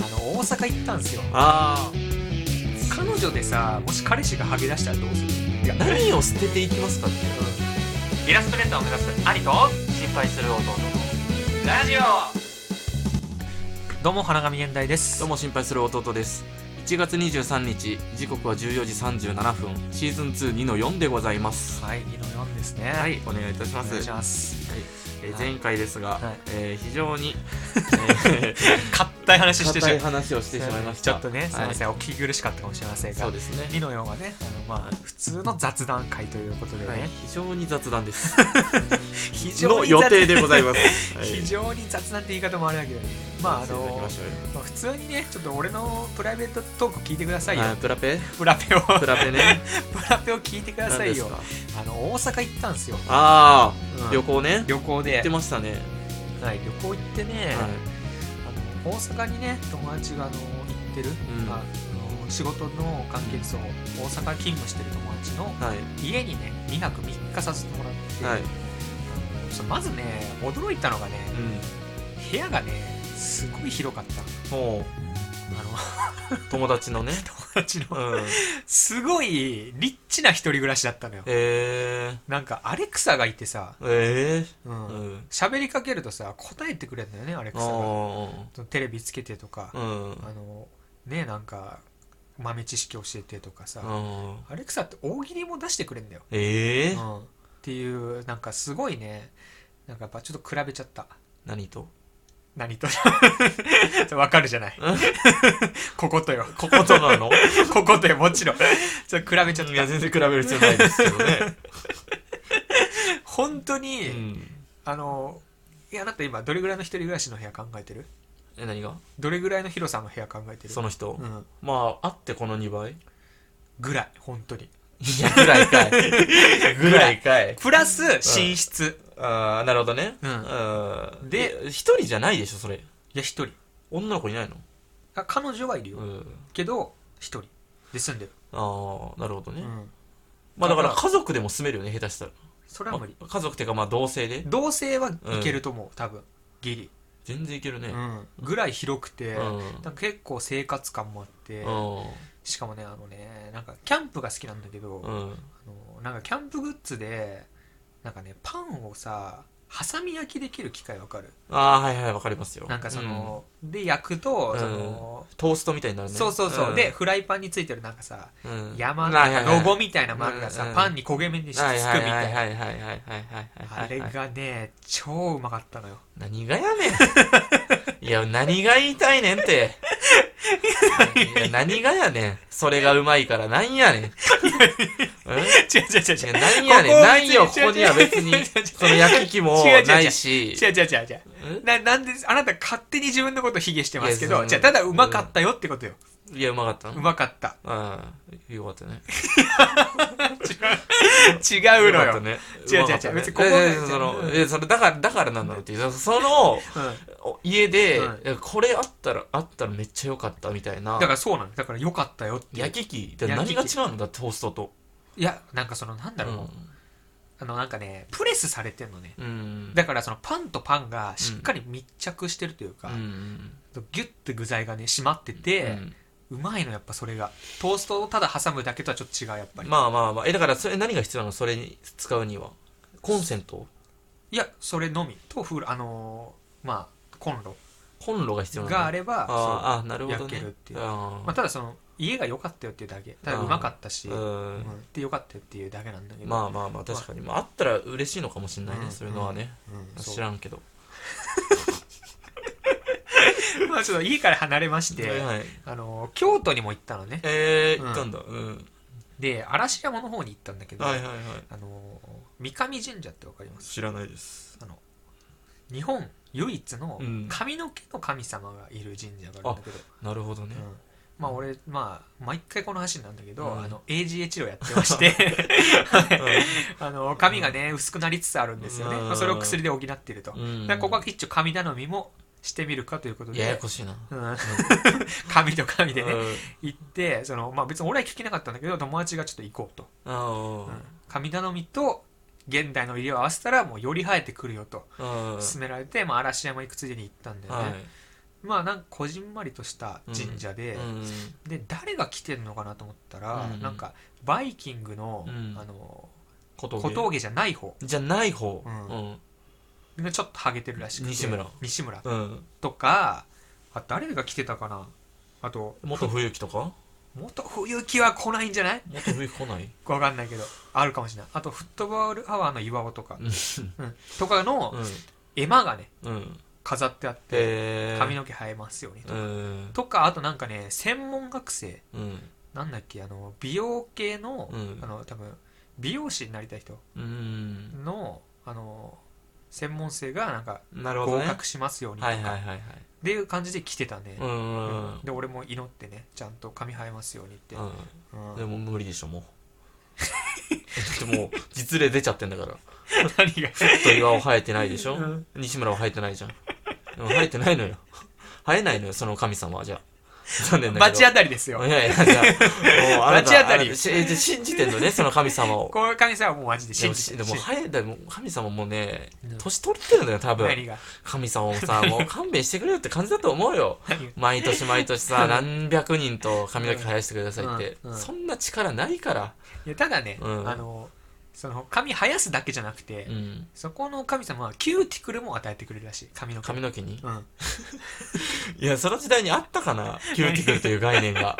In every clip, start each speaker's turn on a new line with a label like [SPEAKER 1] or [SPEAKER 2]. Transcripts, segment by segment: [SPEAKER 1] 大阪行ったんですよ
[SPEAKER 2] あ
[SPEAKER 1] 彼女でさもし彼氏がハゲ出したらどうする
[SPEAKER 2] あいや何を捨てていきますかね
[SPEAKER 3] イラストレーターを目指す兄と心配する弟のラジオどうも花神現代です
[SPEAKER 2] どうも心配する弟です1月23日時刻は14時37分シーズン22の4でございます
[SPEAKER 1] はい2の4ですね
[SPEAKER 2] は
[SPEAKER 1] はい
[SPEAKER 2] いお願いいたしま
[SPEAKER 1] お
[SPEAKER 2] す
[SPEAKER 1] 願いします
[SPEAKER 2] はいえー
[SPEAKER 1] はい
[SPEAKER 2] 前回ですが、
[SPEAKER 1] はい
[SPEAKER 2] えー非常にえー
[SPEAKER 1] 硬い話してし
[SPEAKER 2] 硬
[SPEAKER 1] ま
[SPEAKER 2] い話をしてしまいました
[SPEAKER 1] ちょっとねすいません、お聞き苦しかったかもしれませんが
[SPEAKER 2] そうですね
[SPEAKER 1] 2の4はねあのまあ普通の雑談会ということでね、
[SPEAKER 2] はい、非常に雑談です
[SPEAKER 1] 非常
[SPEAKER 2] の
[SPEAKER 1] に
[SPEAKER 2] 予定
[SPEAKER 1] 雑
[SPEAKER 2] でございます、は い
[SPEAKER 1] 非常に雑談って言い方もあれだけどねまああ
[SPEAKER 2] いただ
[SPEAKER 1] の
[SPEAKER 2] きましょうよ
[SPEAKER 1] まあ普通にねちょっと俺のプライベートトーク聞いてくださいよ
[SPEAKER 2] あープラペ
[SPEAKER 1] プラペを
[SPEAKER 2] プラペね
[SPEAKER 1] プラペを聞いてくださいよ
[SPEAKER 2] 何ですか
[SPEAKER 1] あの大阪行ったんですよ、
[SPEAKER 2] あ
[SPEAKER 1] う
[SPEAKER 2] あ
[SPEAKER 1] ん
[SPEAKER 2] 旅行ね
[SPEAKER 1] 旅行
[SPEAKER 2] 行
[SPEAKER 1] で
[SPEAKER 2] ってましたね、
[SPEAKER 1] はい、旅行行ってね、
[SPEAKER 2] はい
[SPEAKER 1] あの大阪にね友達があの行ってる、
[SPEAKER 2] うん
[SPEAKER 1] まあ、あの仕事の関係でそう大阪勤務してる友達の
[SPEAKER 2] はい
[SPEAKER 1] 家にね2泊3日させてもらって、
[SPEAKER 2] はい、
[SPEAKER 1] そうまずね驚いたのがね、
[SPEAKER 2] う
[SPEAKER 1] 部屋がねすごい広かった
[SPEAKER 2] ん、も
[SPEAKER 1] あの
[SPEAKER 2] う友達 のね、
[SPEAKER 1] 友達
[SPEAKER 2] う
[SPEAKER 1] の
[SPEAKER 2] ん、
[SPEAKER 1] すごいリッチな一人暮らしだったのよ
[SPEAKER 2] えー、
[SPEAKER 1] なんかアレクサがいてさ
[SPEAKER 2] え
[SPEAKER 1] う
[SPEAKER 2] ー、うんん、
[SPEAKER 1] 喋、りかけるとさ答えてくれるんだよねアレクサが
[SPEAKER 2] あ
[SPEAKER 1] そのテレビつけてとか
[SPEAKER 2] あ、うん、
[SPEAKER 1] あのねなんか豆知識教えてとかさ、
[SPEAKER 2] うん、
[SPEAKER 1] アレクサって大喜利も出してくれんだよ、
[SPEAKER 2] え
[SPEAKER 1] う
[SPEAKER 2] ー、
[SPEAKER 1] ん、っていうなんかすごいねなんかやっぱちょっと比べちゃった
[SPEAKER 2] 何と、
[SPEAKER 1] 何と わかるじゃないこことよ
[SPEAKER 2] こことな の？
[SPEAKER 1] こことよもちろんちょっと比べちゃっ
[SPEAKER 2] い
[SPEAKER 1] た
[SPEAKER 2] や全然比べる必要ないですけどね。
[SPEAKER 1] 本当
[SPEAKER 2] う
[SPEAKER 1] に、
[SPEAKER 2] ん、
[SPEAKER 1] あのいやだって今どれぐらいの一人暮らしの部屋考えてる
[SPEAKER 2] え何が？
[SPEAKER 1] どれぐらいの広さの部屋考えてる
[SPEAKER 2] その人、
[SPEAKER 1] うん、
[SPEAKER 2] まああってこの2倍？い
[SPEAKER 1] ぐらい本当に
[SPEAKER 2] やぐらいかい、 ぐらいかい。
[SPEAKER 1] プラス寝室、
[SPEAKER 2] ああなるほどね。
[SPEAKER 1] うん
[SPEAKER 2] うん、
[SPEAKER 1] で
[SPEAKER 2] で一人じゃないでしょそれ。
[SPEAKER 1] いや一人
[SPEAKER 2] 女の子いないの？
[SPEAKER 1] あ彼女はいるよ、
[SPEAKER 2] うん、
[SPEAKER 1] けど一人で住んでる、
[SPEAKER 2] ああなるほどね。
[SPEAKER 1] うん
[SPEAKER 2] まあだから家族でも住めるよね下手したら。
[SPEAKER 1] それは無理
[SPEAKER 2] まあ家族っていうかまあ同性で
[SPEAKER 1] 同性はいけると思う、多分ギリ、
[SPEAKER 2] 全然いけるね。
[SPEAKER 1] ぐらい広くて、
[SPEAKER 2] うん
[SPEAKER 1] なんか結構生活感もあって、
[SPEAKER 2] う
[SPEAKER 1] しかもねあのねなんかキャンプが好きなんだけど、あ
[SPEAKER 2] ん。うん。
[SPEAKER 1] のなんかキャンプグッズでなんかねパンをさハサミ焼きできる機械わかる
[SPEAKER 2] ああ、はいはい、わかりますよ。
[SPEAKER 1] なんかその、で焼くと、
[SPEAKER 2] うん
[SPEAKER 1] その
[SPEAKER 2] うん、トーストみたいになるね。
[SPEAKER 1] そうそうそう、
[SPEAKER 2] ん
[SPEAKER 1] で、フライパンについてるなんかさ
[SPEAKER 2] うん
[SPEAKER 1] 山
[SPEAKER 2] はいはいは
[SPEAKER 1] の
[SPEAKER 2] い
[SPEAKER 1] ロゴみたいなマークがさ、
[SPEAKER 2] うん
[SPEAKER 1] パンに焦げ目にしてつく
[SPEAKER 2] は
[SPEAKER 1] み
[SPEAKER 2] い
[SPEAKER 1] た
[SPEAKER 2] はい
[SPEAKER 1] いな、
[SPEAKER 2] はいはいはいはいはいはいはい。
[SPEAKER 1] あれがね、超うまかったのよ。
[SPEAKER 2] 何がやねん。いや、何が言いたいねんって。いや、何がやねん。それがうまいから、なんやねん。うん
[SPEAKER 1] 違う違う違う
[SPEAKER 2] い
[SPEAKER 1] 違
[SPEAKER 2] や
[SPEAKER 1] う。
[SPEAKER 2] なんやねん。ないよ、ここには 別
[SPEAKER 1] 違う違う違
[SPEAKER 2] に
[SPEAKER 1] う。
[SPEAKER 2] その焼き器も
[SPEAKER 1] 違う違う違う
[SPEAKER 2] ないし。
[SPEAKER 1] 違う違う違う違う。
[SPEAKER 2] うん
[SPEAKER 1] ななんで、あなた勝手に自分のこと卑下してますけ
[SPEAKER 2] いや
[SPEAKER 1] ど、
[SPEAKER 2] その
[SPEAKER 1] じゃあただうまかったよってことよ。
[SPEAKER 2] いや、うまかった
[SPEAKER 1] う
[SPEAKER 2] の。
[SPEAKER 1] まかった。
[SPEAKER 2] うん。よかったね。
[SPEAKER 1] 違うのよ
[SPEAKER 2] よかった。ね
[SPEAKER 1] 違う違う違う
[SPEAKER 2] まかったね
[SPEAKER 1] 別にここ
[SPEAKER 2] いやいや
[SPEAKER 1] うん
[SPEAKER 2] そのいやそれだからだからなんだろうっていうその
[SPEAKER 1] うん
[SPEAKER 2] お家で、
[SPEAKER 1] うん
[SPEAKER 2] いやこれあったらあったらめっちゃ良かったみたいな
[SPEAKER 1] だからそうなの。だからよかったよっていう。
[SPEAKER 2] 焼き器で何が違うのだってトーストと
[SPEAKER 1] いや、なんかその、なんだ
[SPEAKER 2] う
[SPEAKER 1] ろう。あの、なんかね、プレスされてんのね。
[SPEAKER 2] んうん
[SPEAKER 1] だからそのパンとパンがしっかり密着してるというか、
[SPEAKER 2] うん
[SPEAKER 1] ギュッて具材がね、締まってて、うまいのやっぱそれが。トーストをただ挟むだけとはちょっと違うやっぱ
[SPEAKER 2] う
[SPEAKER 1] り
[SPEAKER 2] ん。まあまあまあえだからそれ何が必要なのそれに使うにはコンセント
[SPEAKER 1] いやそれのみとフールあのーまあコンロ
[SPEAKER 2] コンロが必要なの
[SPEAKER 1] があればそう
[SPEAKER 2] あーあーなるほどね
[SPEAKER 1] 焼けるっていう
[SPEAKER 2] あ
[SPEAKER 1] ま
[SPEAKER 2] ー
[SPEAKER 1] あ、ただその家が良かったよっていうだけただ
[SPEAKER 2] あー
[SPEAKER 1] うまかったし、
[SPEAKER 2] う
[SPEAKER 1] うん
[SPEAKER 2] ん
[SPEAKER 1] で良かったよっていうだけなんだけど、
[SPEAKER 2] まあまあまあ確かに、まあ、あったら嬉しいのかもしれないね、
[SPEAKER 1] うん
[SPEAKER 2] そういうのはね、
[SPEAKER 1] うんそう
[SPEAKER 2] 知らんけど
[SPEAKER 1] まあちょっと家から離れまして、
[SPEAKER 2] はいはい
[SPEAKER 1] あのー京都にも行ったのね
[SPEAKER 2] えー、
[SPEAKER 1] うん
[SPEAKER 2] 行ったんだうん
[SPEAKER 1] で嵐山の方に行ったんだけど、
[SPEAKER 2] はいはいはい
[SPEAKER 1] あのー三上神社ってわかります
[SPEAKER 2] 知らないです
[SPEAKER 1] あの日本唯一の
[SPEAKER 2] うん
[SPEAKER 1] 髪の毛の神様がいる神社があるんだけど、
[SPEAKER 2] なるほどね
[SPEAKER 1] うんまあ俺まあ毎回この話なんだけど、
[SPEAKER 2] うん
[SPEAKER 1] あの AGA 治療やってまして あの髪がね薄くなりつつあるんですよね、
[SPEAKER 2] うん
[SPEAKER 1] まあそれを薬で補っていると、
[SPEAKER 2] うん
[SPEAKER 1] だからここは一応髪頼みもしてみるかということで
[SPEAKER 2] ややこしいな
[SPEAKER 1] うん髪と髪でね、
[SPEAKER 2] うん
[SPEAKER 1] 行ってその、まあ、別に俺は聞けなかったんだけど友達がちょっと行こうと、
[SPEAKER 2] あ
[SPEAKER 1] 髪頼みと現代の医療を合わせたらもうより生えてくるよと
[SPEAKER 2] あうん
[SPEAKER 1] 勧められて、まあ、嵐山行くついでに行ったんだよね、
[SPEAKER 2] は
[SPEAKER 1] まあなんかこじんまりとした神社で、
[SPEAKER 2] う
[SPEAKER 1] で誰が来てるのかなと思ったら、
[SPEAKER 2] うん
[SPEAKER 1] なんかバイキングの、
[SPEAKER 2] うん
[SPEAKER 1] あの
[SPEAKER 2] ん
[SPEAKER 1] 小
[SPEAKER 2] こと
[SPEAKER 1] 峠じゃない方
[SPEAKER 2] じゃない方
[SPEAKER 1] う
[SPEAKER 2] うんん
[SPEAKER 1] がちょっとハゲてるらしくて
[SPEAKER 2] 西村
[SPEAKER 1] 西村
[SPEAKER 2] うん
[SPEAKER 1] とかあ誰が来てたかなあと
[SPEAKER 2] 元冬木と か
[SPEAKER 1] 元冬木は来ないんじゃない
[SPEAKER 2] 元冬木来ない
[SPEAKER 1] わかんないけどあるかもしれないあとフットボールアワーの岩尾とか
[SPEAKER 2] う、ん
[SPEAKER 1] うんとかの絵馬がね
[SPEAKER 2] うん
[SPEAKER 1] 飾ってあって
[SPEAKER 2] えー
[SPEAKER 1] 髪の毛生えますようにと,、
[SPEAKER 2] うん
[SPEAKER 1] とかあとなんかね専門学生
[SPEAKER 2] うん
[SPEAKER 1] なんだっけあの美容系の,、
[SPEAKER 2] うん
[SPEAKER 1] あの多分美容師になりたい人
[SPEAKER 2] うん
[SPEAKER 1] のあの専門生がなんか
[SPEAKER 2] なるほど
[SPEAKER 1] 合
[SPEAKER 2] ね
[SPEAKER 1] 格しますようにとか、
[SPEAKER 2] はいはいはいはい
[SPEAKER 1] っていう感じで来てたね、
[SPEAKER 2] うんうんうん
[SPEAKER 1] で俺も祈ってねちゃんと髪生えますようにって、
[SPEAKER 2] う
[SPEAKER 1] うん
[SPEAKER 2] んでも無理でしょもう だってもう実例出ちゃってんだから
[SPEAKER 1] 何が
[SPEAKER 2] と岩尾生えてないでしょ、
[SPEAKER 1] うん
[SPEAKER 2] 西村は生えてないじゃん。でも生えてないのよ。生えないのよ、その神様は、じゃあ。残念だけ
[SPEAKER 1] 罰
[SPEAKER 2] ど。
[SPEAKER 1] 当たりですよ
[SPEAKER 2] いやいや、じゃ あ、もうあなた、
[SPEAKER 1] 罰当たり
[SPEAKER 2] あなしえじゃあ信じてんのね、その神様 を。
[SPEAKER 1] こういう神様はもうマジで
[SPEAKER 2] で
[SPEAKER 1] 信
[SPEAKER 2] も、
[SPEAKER 1] じ
[SPEAKER 2] してでも
[SPEAKER 1] 信じて
[SPEAKER 2] 生えたもう神様もね
[SPEAKER 1] うん、
[SPEAKER 2] 年取ってるのよ、多分。
[SPEAKER 1] 何が
[SPEAKER 2] 神様もさ、もう勘弁してくれよって感じだと思うよ。
[SPEAKER 1] 何が
[SPEAKER 2] 毎年毎年さ、 何百人と髪の毛生やしてくださいって。
[SPEAKER 1] うんうん
[SPEAKER 2] そんな力ないから。
[SPEAKER 1] いやただね、
[SPEAKER 2] うん
[SPEAKER 1] あのその髪生やすだけじゃなくて、
[SPEAKER 2] うん。
[SPEAKER 1] そこの神様はキューティクルも与えてくれるらしい髪の毛
[SPEAKER 2] 髪の毛に
[SPEAKER 1] うん、
[SPEAKER 2] いや、その時代にあったかなキューティクルという概 念が。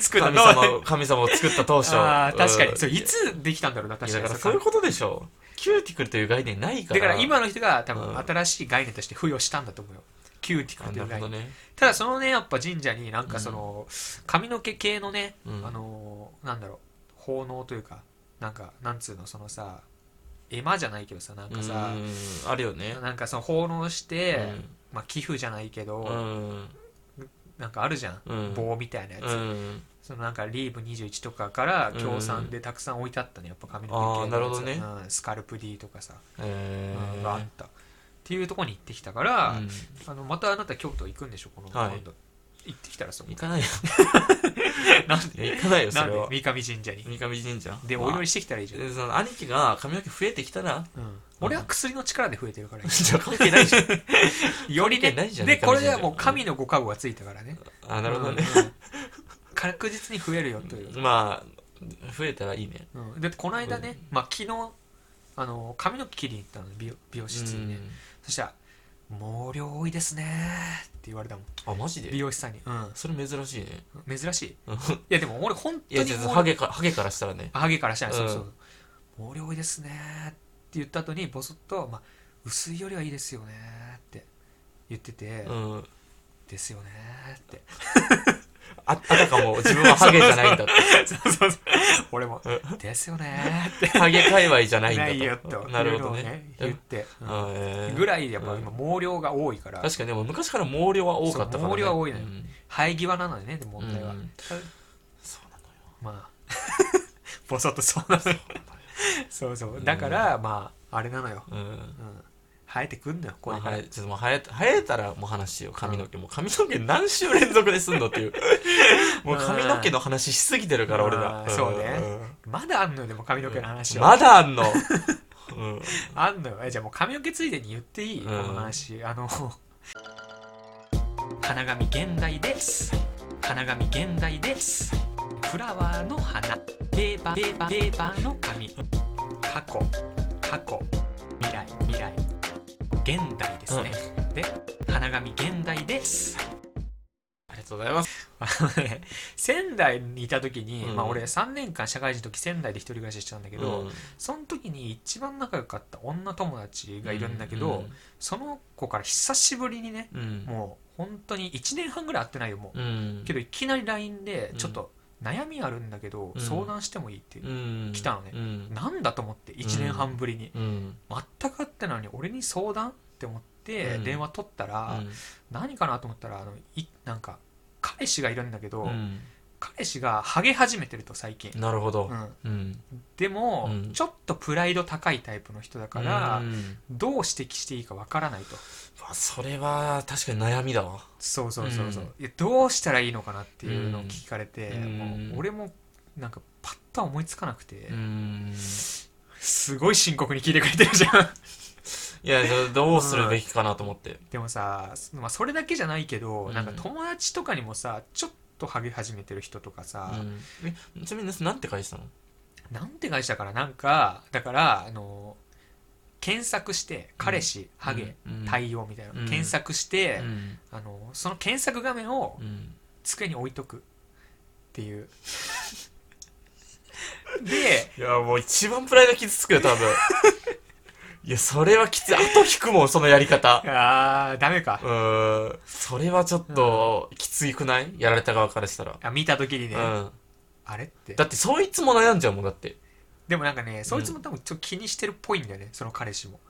[SPEAKER 1] 作った
[SPEAKER 2] 神
[SPEAKER 1] のは
[SPEAKER 2] 様を、神様を作った当初。
[SPEAKER 1] あー確か
[SPEAKER 2] うん
[SPEAKER 1] にそれいつできたんだろうな確
[SPEAKER 2] い
[SPEAKER 1] か
[SPEAKER 2] や
[SPEAKER 1] に
[SPEAKER 2] だからそういうことでしょキューティクルという概念ないから
[SPEAKER 1] だから今の人が多
[SPEAKER 2] うん
[SPEAKER 1] 分新しい概念として付与したんだと思うよキューティク
[SPEAKER 2] あ
[SPEAKER 1] ルとい
[SPEAKER 2] な
[SPEAKER 1] う
[SPEAKER 2] る
[SPEAKER 1] 概
[SPEAKER 2] ほど
[SPEAKER 1] 念、
[SPEAKER 2] ね
[SPEAKER 1] ただそのねやっぱ神社になんかその、髪の毛系のね、
[SPEAKER 2] うん
[SPEAKER 1] あのーなんだろう奉納というかなんかなんつうのそのさ絵馬じゃないけどさなん
[SPEAKER 2] う
[SPEAKER 1] かさ、
[SPEAKER 2] ーんあるよね
[SPEAKER 1] なんかその奉納して、
[SPEAKER 2] うん
[SPEAKER 1] まあ寄付じゃないけど、
[SPEAKER 2] うん
[SPEAKER 1] なんかあるじゃん、
[SPEAKER 2] うん
[SPEAKER 1] 棒みたいなやつ、
[SPEAKER 2] うん
[SPEAKER 1] そのなんかリーブ21とかから協賛でたくさん置いてあったねやっぱ髪の毛系
[SPEAKER 2] あーなる
[SPEAKER 1] の
[SPEAKER 2] ほどね
[SPEAKER 1] やつうん、スカルプ D とかさ、
[SPEAKER 2] え
[SPEAKER 1] うんがあっ
[SPEAKER 2] ー
[SPEAKER 1] たっていうところに行ってきたから、
[SPEAKER 2] うん
[SPEAKER 1] あのまたあなた京都行くんでしょこの
[SPEAKER 2] はい
[SPEAKER 1] 今度、行ってきたらそこ
[SPEAKER 2] 行かないよ
[SPEAKER 1] なんで
[SPEAKER 2] いや行かないよそ
[SPEAKER 1] なん
[SPEAKER 2] れ
[SPEAKER 1] で
[SPEAKER 2] は
[SPEAKER 1] 三上神社に
[SPEAKER 2] 三上神社
[SPEAKER 1] で
[SPEAKER 2] まあ
[SPEAKER 1] お祈りしてきたらいいじゃん、
[SPEAKER 2] でその兄貴が髪の毛増えてきたら
[SPEAKER 1] うん俺は薬の力で増えてるからいい
[SPEAKER 2] じゃあ関係ないじゃん
[SPEAKER 1] よりね
[SPEAKER 2] 関係ないじゃん
[SPEAKER 1] で
[SPEAKER 2] 三
[SPEAKER 1] こ
[SPEAKER 2] 上神
[SPEAKER 1] れで
[SPEAKER 2] 社
[SPEAKER 1] はもう神のご加護がついたからね
[SPEAKER 2] あなるほどね
[SPEAKER 1] うんうん確実に増えるよという、
[SPEAKER 2] まあ増えたらいいね
[SPEAKER 1] うん、でこの間ね、まあ、昨日あの髪の毛切りに行ったの美容美容室にね、そしたら「毛量多いですね」って言われたもん
[SPEAKER 2] うんあマジ
[SPEAKER 1] 美
[SPEAKER 2] で
[SPEAKER 1] 容師さんに、う
[SPEAKER 2] それ珍しいね
[SPEAKER 1] ん、珍しいい
[SPEAKER 2] うん
[SPEAKER 1] やでも俺本
[SPEAKER 2] い
[SPEAKER 1] 当
[SPEAKER 2] や
[SPEAKER 1] に
[SPEAKER 2] ちょっと
[SPEAKER 1] もう
[SPEAKER 2] ハゲかハゲからしたらね
[SPEAKER 1] ハゲからしたらね、
[SPEAKER 2] うん
[SPEAKER 1] そうそう毛量多いですねって言った後にボソッと、まあ、薄いよりはいいですよねって言ってて、
[SPEAKER 2] うん
[SPEAKER 1] ですよねって
[SPEAKER 2] ああたかも自分はハゲじゃないんだ って
[SPEAKER 1] そうそうそう俺も「ですよね」って
[SPEAKER 2] ハゲ界隈じゃ
[SPEAKER 1] 「
[SPEAKER 2] ないんだ
[SPEAKER 1] な
[SPEAKER 2] と。
[SPEAKER 1] いよ」と
[SPEAKER 2] なるほど
[SPEAKER 1] いうのをね
[SPEAKER 2] ね。
[SPEAKER 1] 言って、うん
[SPEAKER 2] あーえー
[SPEAKER 1] ぐらいやっぱ
[SPEAKER 2] うん
[SPEAKER 1] 今毛量が多いから
[SPEAKER 2] 確かにでも昔から毛量は多かったから、
[SPEAKER 1] そう毛量は多いのよ
[SPEAKER 2] うん
[SPEAKER 1] 生え際なのよねで問題は、
[SPEAKER 2] うん
[SPEAKER 1] た
[SPEAKER 2] そうなのよ
[SPEAKER 1] まあボソッとそうなの よそうそうだから、まああれなのよ、
[SPEAKER 2] うん
[SPEAKER 1] うん、生えてくんのよこ
[SPEAKER 2] ま
[SPEAKER 1] れ
[SPEAKER 2] あ、
[SPEAKER 1] か
[SPEAKER 2] は
[SPEAKER 1] ら
[SPEAKER 2] えちょっともうはえはえたらもう話しよう髪の毛、もう髪の毛何週連続ですんのって いうもう髪の毛の話しすぎてるから俺ら、
[SPEAKER 1] うんそうね
[SPEAKER 2] ん
[SPEAKER 1] まだあんのよでも髪の毛の話は、
[SPEAKER 2] まだ あんの、うん
[SPEAKER 1] あんのよえじゃあもう髪の毛ついでに言っていい、
[SPEAKER 2] うん
[SPEAKER 1] この話あの 金紙現代です金紙現代ですフラワーの花ペーパーペーパーペーパーの紙過去過去未来未来現代ですね、で花紙現代です
[SPEAKER 2] ありがとうございます
[SPEAKER 1] あのね仙台にいた時に、
[SPEAKER 2] うん
[SPEAKER 1] まあ俺3年間社会人の時仙台で一人暮らししてたんだけど、
[SPEAKER 2] うん
[SPEAKER 1] その時に一番仲良かった女友達がいるんだけど、その子から久しぶりにね、
[SPEAKER 2] うんうん
[SPEAKER 1] もう本当に1年半ぐらい会ってないよもう、
[SPEAKER 2] うん
[SPEAKER 1] けどいきなり LINE で
[SPEAKER 2] うん
[SPEAKER 1] ちょっと悩みあるんだけど、
[SPEAKER 2] うん
[SPEAKER 1] 相談してもいいって、
[SPEAKER 2] うん
[SPEAKER 1] 来たのね
[SPEAKER 2] うん
[SPEAKER 1] なんだと思って1年半ぶりに、
[SPEAKER 2] うん
[SPEAKER 1] 全く会ってないのに俺に相談って思って
[SPEAKER 2] うん
[SPEAKER 1] 電話取ったら、何かなと思ったらあのいなんか彼氏がいるんだけど、
[SPEAKER 2] うん
[SPEAKER 1] 彼氏がハゲ始めてると最近、
[SPEAKER 2] なるほど
[SPEAKER 1] う、ん
[SPEAKER 2] うん、
[SPEAKER 1] でも、
[SPEAKER 2] うん
[SPEAKER 1] ちょっとプライド高いタイプの人だから、
[SPEAKER 2] うん
[SPEAKER 1] どう指摘していいかわからないと
[SPEAKER 2] まあそれは確かに悩みだわ
[SPEAKER 1] そうそうそうそう、
[SPEAKER 2] うん
[SPEAKER 1] いやどうしたらいいのかなっていうのを聞かれて、
[SPEAKER 2] うん
[SPEAKER 1] もう俺もなんかパッとは思いつかなくて、
[SPEAKER 2] うん
[SPEAKER 1] すごい深刻に聞いてくれてるじゃん
[SPEAKER 2] いやそれどうするべきかなと思って、
[SPEAKER 1] でもさ、そまあ、それだけじゃないけど、
[SPEAKER 2] うん
[SPEAKER 1] なんか友達とかにもさちょっとハゲ始めてる人とかさ、
[SPEAKER 2] うんえちなみになんて返したの
[SPEAKER 1] なんて会社からなんかだからあの検索して「彼氏、ハゲ、
[SPEAKER 2] うん
[SPEAKER 1] 対応」みたいな、
[SPEAKER 2] うん
[SPEAKER 1] 検索して、
[SPEAKER 2] うん
[SPEAKER 1] あのその検索画面を
[SPEAKER 2] うん
[SPEAKER 1] 机に置いとくって いう。で
[SPEAKER 2] いやもう一番プライド傷つくよ 多分いやそれはきつい後引くもんそのやり方
[SPEAKER 1] あーダメか
[SPEAKER 2] う、ーんそれはちょっときついくないやられた側からしたら、
[SPEAKER 1] あ見た時にね、
[SPEAKER 2] うん
[SPEAKER 1] あれって
[SPEAKER 2] だってそいつも悩んじゃうもんだって
[SPEAKER 1] でもなんかねそいつも多分ちょっと気にしてるっぽいんだよねその彼氏も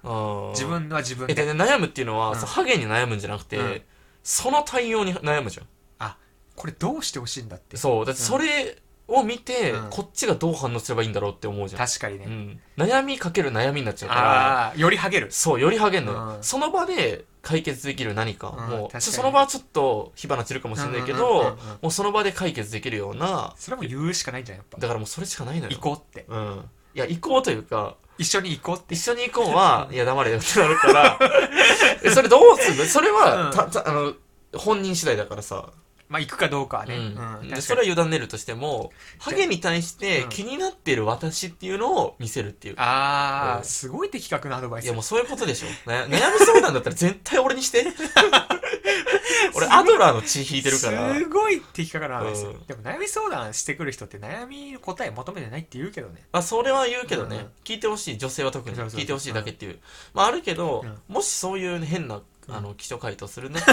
[SPEAKER 2] うん
[SPEAKER 1] 自分は自分
[SPEAKER 2] えで
[SPEAKER 1] で
[SPEAKER 2] ね悩むっていうのは、
[SPEAKER 1] うん
[SPEAKER 2] そうハゲに悩むんじゃなくて、
[SPEAKER 1] うん
[SPEAKER 2] その対応に悩むじゃん
[SPEAKER 1] これどうしてほしいんだって
[SPEAKER 2] そうだってそれを見て、
[SPEAKER 1] うん
[SPEAKER 2] こっちがどう反応すればいいんだろうって思うじゃん、
[SPEAKER 1] 確かにね、
[SPEAKER 2] うん、悩みかける悩みになっちゃうから
[SPEAKER 1] ああよりハゲる
[SPEAKER 2] そうよりハゲんのよ、
[SPEAKER 1] うん
[SPEAKER 2] その場で解決できる何か、
[SPEAKER 1] ん確
[SPEAKER 2] もう
[SPEAKER 1] かに
[SPEAKER 2] ちょその場はちょっと火花散るかもしれないけど、
[SPEAKER 1] うんうんうんうん
[SPEAKER 2] もうその場で解決できるような
[SPEAKER 1] それはもう言うしかないんじゃんやっぱ
[SPEAKER 2] だからもうそれしかないのよ
[SPEAKER 1] 行こうって
[SPEAKER 2] うんいや行こうというか
[SPEAKER 1] 一緒に行こうって
[SPEAKER 2] 一緒に行こうはいや黙れよってなるから えそれどうすんのそれ
[SPEAKER 1] う
[SPEAKER 2] は、
[SPEAKER 1] ん
[SPEAKER 2] たたあの本人次第だからさ、
[SPEAKER 1] まあ行くかどうかはね、うん
[SPEAKER 2] うん
[SPEAKER 1] 確
[SPEAKER 2] で
[SPEAKER 1] かに
[SPEAKER 2] それは委ねるとしてもハゲに対して
[SPEAKER 1] うん
[SPEAKER 2] 気になってる私っていうのを見せるっていう
[SPEAKER 1] ああ、
[SPEAKER 2] うん
[SPEAKER 1] すごい的確なアドバイ
[SPEAKER 2] い
[SPEAKER 1] ス
[SPEAKER 2] やもうそういうことでしょ 悩悩み相談だったら絶対俺にして 俺アドラーの血引いてるから
[SPEAKER 1] すごい的確なアドバイス、
[SPEAKER 2] うん
[SPEAKER 1] でも悩み相談してくる人って悩みの答え求めてないって言うけどね
[SPEAKER 2] まあ、それは言うけどね、
[SPEAKER 1] うん
[SPEAKER 2] 聞いてほしい女性は特に
[SPEAKER 1] そうそうそう
[SPEAKER 2] 聞いてほしいだけっていう、まあ、あるけど、
[SPEAKER 1] う
[SPEAKER 2] もしそういう変なあ
[SPEAKER 1] う
[SPEAKER 2] の基礎回答するんだっ た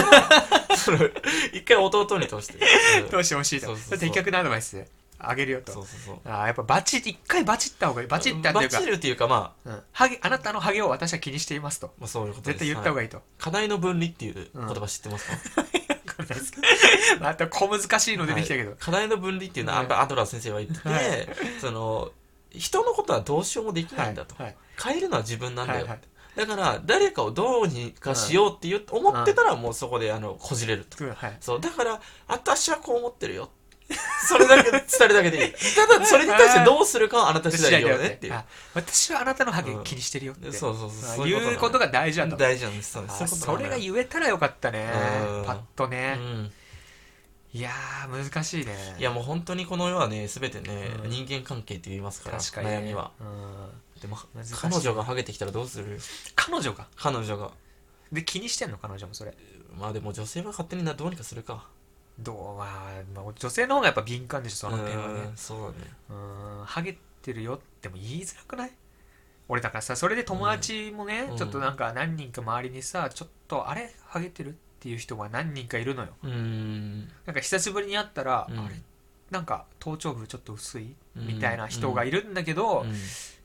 [SPEAKER 2] らそれ一回弟に通して、うん
[SPEAKER 1] どうしてほしいと
[SPEAKER 2] そうそうそう
[SPEAKER 1] 的確なアドバイスあげるよと
[SPEAKER 2] そうそうそう
[SPEAKER 1] ああやっぱバチ一回バチった方がいいバチったっていうか
[SPEAKER 2] バチるっていうかまあ、
[SPEAKER 1] うん、ハゲあなたのハゲを私は気にしていますと
[SPEAKER 2] まあ、そういうこと
[SPEAKER 1] 絶
[SPEAKER 2] です
[SPEAKER 1] 対言った方が
[SPEAKER 2] はい
[SPEAKER 1] いいと、
[SPEAKER 2] 課題の分離っていう
[SPEAKER 1] うん
[SPEAKER 2] 言葉知ってますか、
[SPEAKER 1] わかんないですけど また小難しいの出てきたけど、
[SPEAKER 2] はい課題の分離っていうのは
[SPEAKER 1] は
[SPEAKER 2] や
[SPEAKER 1] い
[SPEAKER 2] っぱアドラー先生は言ってて、
[SPEAKER 1] はい
[SPEAKER 2] その人のことはどうしようもできないんだと、
[SPEAKER 1] はい
[SPEAKER 2] 変えるのは自分なんだよ、
[SPEAKER 1] はいはい
[SPEAKER 2] だから誰かをどうにかしようっていう思ってたらもうそこであのこじれると
[SPEAKER 1] そうはい
[SPEAKER 2] そう、だから、私はこう思ってるよ。それだけ、伝えるだけでいい。ただ、それに対してどうするかはあなた次第だよねっていう。
[SPEAKER 1] あ私はあなたのハゲ
[SPEAKER 2] うん
[SPEAKER 1] 気にしてるよって、
[SPEAKER 2] でそうそうそう。そ
[SPEAKER 1] あ言うこと
[SPEAKER 2] が
[SPEAKER 1] が大事なんだ
[SPEAKER 2] 大事なんです。そう
[SPEAKER 1] あ
[SPEAKER 2] です
[SPEAKER 1] そ
[SPEAKER 2] そうい
[SPEAKER 1] れ
[SPEAKER 2] うことな
[SPEAKER 1] が
[SPEAKER 2] のよ
[SPEAKER 1] 言えたらよかったね
[SPEAKER 2] うん
[SPEAKER 1] パッとね、
[SPEAKER 2] うん
[SPEAKER 1] いやー難しいね
[SPEAKER 2] いやもう本当にこの世はね、すべてね、
[SPEAKER 1] うん
[SPEAKER 2] 人間関係って言いますから、
[SPEAKER 1] 確かに、ね、
[SPEAKER 2] 悩みは。
[SPEAKER 1] うん
[SPEAKER 2] でも
[SPEAKER 1] 難しい、
[SPEAKER 2] 彼女がハゲてきたらどうする
[SPEAKER 1] 彼女が
[SPEAKER 2] 彼女が。
[SPEAKER 1] で気にしてんの彼女もそれ
[SPEAKER 2] まあでも女性は勝手になどうにかするか。
[SPEAKER 1] どうまあ、まあ女性の方がやっぱ敏感でしょその辺はね
[SPEAKER 2] うんそうだね。
[SPEAKER 1] うんハゲてるよっても言いづらくない俺だからさそれで友達もね、
[SPEAKER 2] うん
[SPEAKER 1] ちょっとなんか何人か周りにさちょっとあれハゲてるっていう人が何人かいるのよ
[SPEAKER 2] うーん。
[SPEAKER 1] なんか久しぶりに会ったら、
[SPEAKER 2] うん
[SPEAKER 1] あれなんか頭頂部ちょっと薄い
[SPEAKER 2] うん
[SPEAKER 1] みたいな人がいるんだけど、
[SPEAKER 2] うん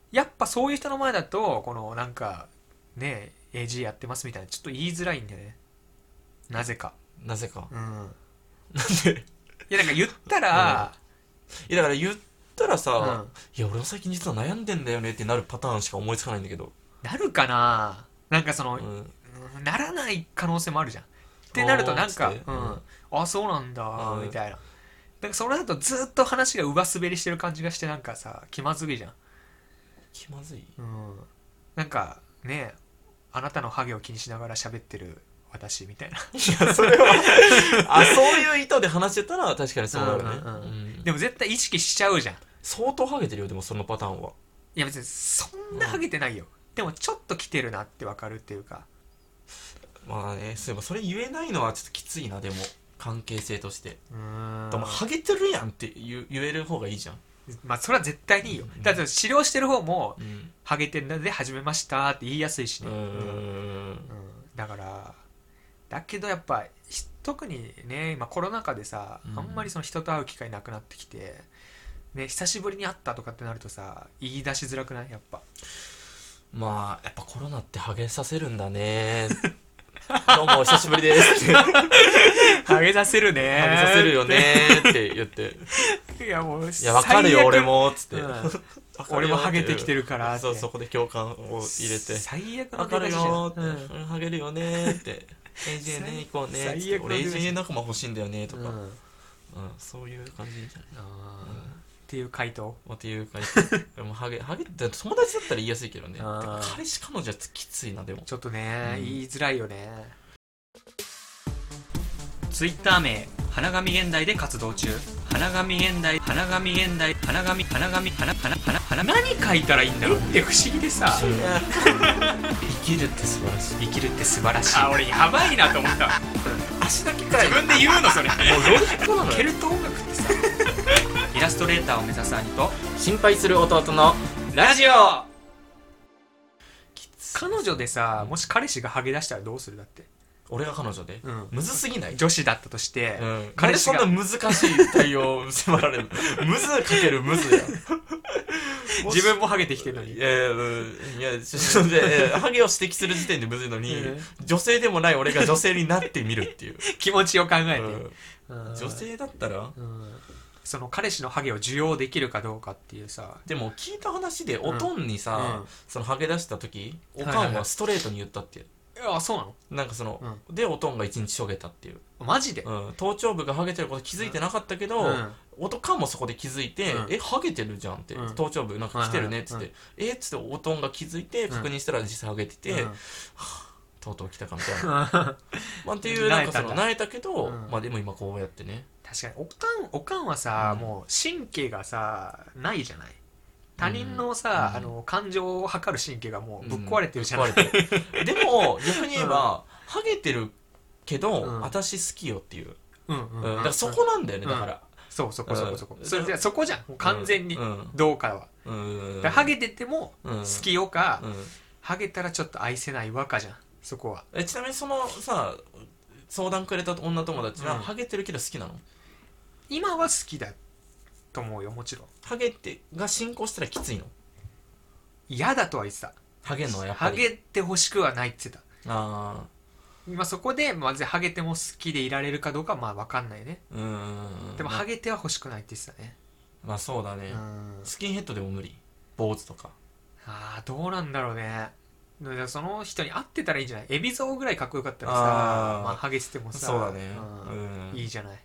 [SPEAKER 1] やっぱそういう人の前だとこのなんかね AG やってますみたいなちょっと言いづらいんだよねなぜか
[SPEAKER 2] なぜか。
[SPEAKER 1] うんなん
[SPEAKER 2] で
[SPEAKER 1] いやなんか言ったら、
[SPEAKER 2] いやだから言ったら
[SPEAKER 1] うん
[SPEAKER 2] さ、いや俺も最近実は悩んでんだよねってなるパターンしか思いつかないんだけど、
[SPEAKER 1] なるかななんかその、
[SPEAKER 2] うん
[SPEAKER 1] うんならない可能性もあるじゃんってなるとなんか
[SPEAKER 2] おーつっ
[SPEAKER 1] 「
[SPEAKER 2] て
[SPEAKER 1] う
[SPEAKER 2] うん
[SPEAKER 1] ん、あそうなんだ
[SPEAKER 2] う」ん
[SPEAKER 1] みたいななんかそれだとずっと話が上滑りしてる感じがしてなんかさ気まずいじゃん、
[SPEAKER 2] 気まずい
[SPEAKER 1] うん、なんかねあなたのハゲを気にしながら喋ってる私みたいな
[SPEAKER 2] やそ れはあそういう意図で話してたら確かにそうなるね、
[SPEAKER 1] うんうんうん
[SPEAKER 2] うん
[SPEAKER 1] でも絶対意識しちゃうじゃんい
[SPEAKER 2] 相当ハゲてるよでもそのパターンは
[SPEAKER 1] や別にそんなハゲてないよ、でもちょっと来てるなってわかるっていうか
[SPEAKER 2] まあねそういえばそれ言えないのはちょっときついなでも関係性として、
[SPEAKER 1] うーん
[SPEAKER 2] でもハゲてるやんって言う言える方がいいじゃん、
[SPEAKER 1] まあそれは絶対にいいよ
[SPEAKER 2] うん
[SPEAKER 1] だって治療してる方も
[SPEAKER 2] うん
[SPEAKER 1] 「ハゲてるので始めました」って言いやすいし
[SPEAKER 2] う
[SPEAKER 1] ね、うん
[SPEAKER 2] ーん
[SPEAKER 1] うんだからだけどやっぱひ特にね今コロナ禍でさ、
[SPEAKER 2] うん
[SPEAKER 1] あんまりその人と会う機会なくなってきて、ね、久しぶりに会ったとかってなるとさ言い出しづらくないやっぱ
[SPEAKER 2] まあやっぱコロナってハゲさせるんだねどうもお久しぶりですって ハ
[SPEAKER 1] ハゲさせるね
[SPEAKER 2] ゲさせるよねって言って
[SPEAKER 1] いやもうい
[SPEAKER 2] いや、わかるよ、俺、も、つって。
[SPEAKER 1] 最悪うん
[SPEAKER 2] わかるよ
[SPEAKER 1] 俺もハゲてきてるからって
[SPEAKER 2] そう、そこで共感を 入れて。
[SPEAKER 1] 最悪の
[SPEAKER 2] わかる
[SPEAKER 1] 出だしじゃん
[SPEAKER 2] よ、って。
[SPEAKER 1] うん
[SPEAKER 2] うんハゲるよね、って。AJ ね、行こうね、つっ
[SPEAKER 1] 最
[SPEAKER 2] て。
[SPEAKER 1] 悪の
[SPEAKER 2] 俺
[SPEAKER 1] 出だし
[SPEAKER 2] AJ 仲間欲しいんだよね、とか。
[SPEAKER 1] うん
[SPEAKER 2] うんそういう感じじゃない
[SPEAKER 1] あーっていう回答
[SPEAKER 2] っていうかでもハゲハゲって友達だったら言いやすいけどねて
[SPEAKER 1] あー
[SPEAKER 2] か彼氏彼女はきついなでも
[SPEAKER 1] ちょっとね、
[SPEAKER 2] うん
[SPEAKER 1] 言いづらいよね
[SPEAKER 3] ツイッター名花紙現代で活動中花紙現代花紙現代花紙花紙花花花花
[SPEAKER 1] 何書いたらいいんだろうって不思議でさ
[SPEAKER 2] 生きるって素晴らしい
[SPEAKER 1] 生きるって素晴らしい
[SPEAKER 3] あ俺やばいなと思った
[SPEAKER 2] 足だけかい
[SPEAKER 3] 自分で言うのそ れ
[SPEAKER 2] もうロジックなの
[SPEAKER 1] ケ
[SPEAKER 2] よ
[SPEAKER 1] ルト音楽ってさ
[SPEAKER 3] イラストレーターを目指す兄と
[SPEAKER 2] 心配する弟の
[SPEAKER 3] ラジオ
[SPEAKER 2] きつ
[SPEAKER 1] 彼女でさもし彼氏がハゲ出したらどうするだって
[SPEAKER 2] 俺が彼女で、
[SPEAKER 1] うん
[SPEAKER 2] むずすぎない
[SPEAKER 1] 女子だったとして、
[SPEAKER 2] うん、
[SPEAKER 1] 彼
[SPEAKER 2] 彼氏
[SPEAKER 1] 氏
[SPEAKER 2] そん
[SPEAKER 1] が
[SPEAKER 2] な難しい対応を迫られるの むずかけるむずや
[SPEAKER 1] 自分もハゲてきてるの
[SPEAKER 2] い
[SPEAKER 1] に
[SPEAKER 2] やいやうんいやちょちょっとでハゲを指摘する時点でむずいのに、
[SPEAKER 1] うん
[SPEAKER 2] 女性でもない俺が女性になってみるっていう、
[SPEAKER 1] 気持ちを考えて、
[SPEAKER 2] うん
[SPEAKER 1] うん
[SPEAKER 2] 女性だったら
[SPEAKER 1] うんその彼氏のハゲを受容できるかどうかっていうさ
[SPEAKER 2] でも聞いた話でおとんにさ、
[SPEAKER 1] うん
[SPEAKER 2] そのハゲ出した時お
[SPEAKER 1] はい
[SPEAKER 2] か
[SPEAKER 1] はい
[SPEAKER 2] ん
[SPEAKER 1] は
[SPEAKER 2] はいストレートに言ったっていう、
[SPEAKER 1] あそうなの
[SPEAKER 2] なんかその、でおとんが一日しょげたっていう、
[SPEAKER 1] マジで、
[SPEAKER 2] うん、頭頂部がハゲてること気づいてなかったけど、
[SPEAKER 1] うん
[SPEAKER 2] おとかんもそこで気づいて
[SPEAKER 1] うん
[SPEAKER 2] 「えハゲてるじゃん」って
[SPEAKER 1] う
[SPEAKER 2] 「
[SPEAKER 1] ん
[SPEAKER 2] 頭頂部なんか来てるね」っつっ
[SPEAKER 1] はい
[SPEAKER 2] て「えっ?」つっておとんが気づいて確認したら実際ハゲてて
[SPEAKER 1] うん
[SPEAKER 2] とうとう来たかみたいな
[SPEAKER 1] 確
[SPEAKER 2] まあっていうなんかそ
[SPEAKER 1] 慣れたんだ
[SPEAKER 2] の慣れたけど
[SPEAKER 1] うん
[SPEAKER 2] まあでも今こうやってね
[SPEAKER 1] かにおかんおかんはさ、
[SPEAKER 2] うん
[SPEAKER 1] もう神経がさないじゃない他人のさ、
[SPEAKER 2] うん
[SPEAKER 1] あの感情を測る神経がもうぶっ壊れてるじゃない、
[SPEAKER 2] うんぶっ壊れてるでも逆に言えばハゲてるけ
[SPEAKER 1] うん
[SPEAKER 2] ど私好きよっていう
[SPEAKER 1] うん
[SPEAKER 2] う
[SPEAKER 1] うんん
[SPEAKER 2] だからそこなんだよね
[SPEAKER 1] うん
[SPEAKER 2] だから
[SPEAKER 1] そうそこそこそこ、
[SPEAKER 2] うん
[SPEAKER 1] それでそこじゃんもう完全に、
[SPEAKER 2] うん
[SPEAKER 1] どうかは、
[SPEAKER 2] うん
[SPEAKER 1] だからハゲてても
[SPEAKER 2] うん
[SPEAKER 1] 好きよか、
[SPEAKER 2] うん
[SPEAKER 1] ハゲたらちょっと愛せない和歌じゃんそこは
[SPEAKER 2] えちなみにそのさ相談くれた女友達
[SPEAKER 1] う
[SPEAKER 2] は
[SPEAKER 1] ん
[SPEAKER 2] ハゲてるけど好きなの
[SPEAKER 1] 今は好きだと思うよもちろん
[SPEAKER 2] ハゲてが進行したらきついの
[SPEAKER 1] 嫌だとは言ってた
[SPEAKER 2] ハゲんのはやっぱ
[SPEAKER 1] ハ
[SPEAKER 2] り
[SPEAKER 1] ゲてほしくはないって言ってた
[SPEAKER 2] あ
[SPEAKER 1] 今そこで、まあ、ハゲても好きでいられるかどうかはまあ分かんないね
[SPEAKER 2] あうん
[SPEAKER 1] でも
[SPEAKER 2] ま
[SPEAKER 1] ハゲては欲しくないって言ってたね
[SPEAKER 2] まあそうだね、
[SPEAKER 1] うん
[SPEAKER 2] スキンヘッドでも無理坊主とか
[SPEAKER 1] ああどうなんだろうねだからその人に合ってたらいいんじゃないエビゾぐらいかっこよかったらさ
[SPEAKER 2] あー
[SPEAKER 1] まあ、ハゲててもさ
[SPEAKER 2] そうだね
[SPEAKER 1] う
[SPEAKER 2] うんん
[SPEAKER 1] いいじゃない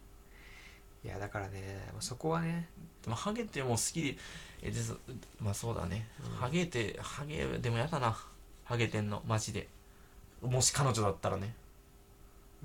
[SPEAKER 1] いやだからねまあそこはね
[SPEAKER 2] でもハゲても好きでえでそまあそうだね、ハゲてハゲでもやだなハゲてんのマジでもし彼女だったらね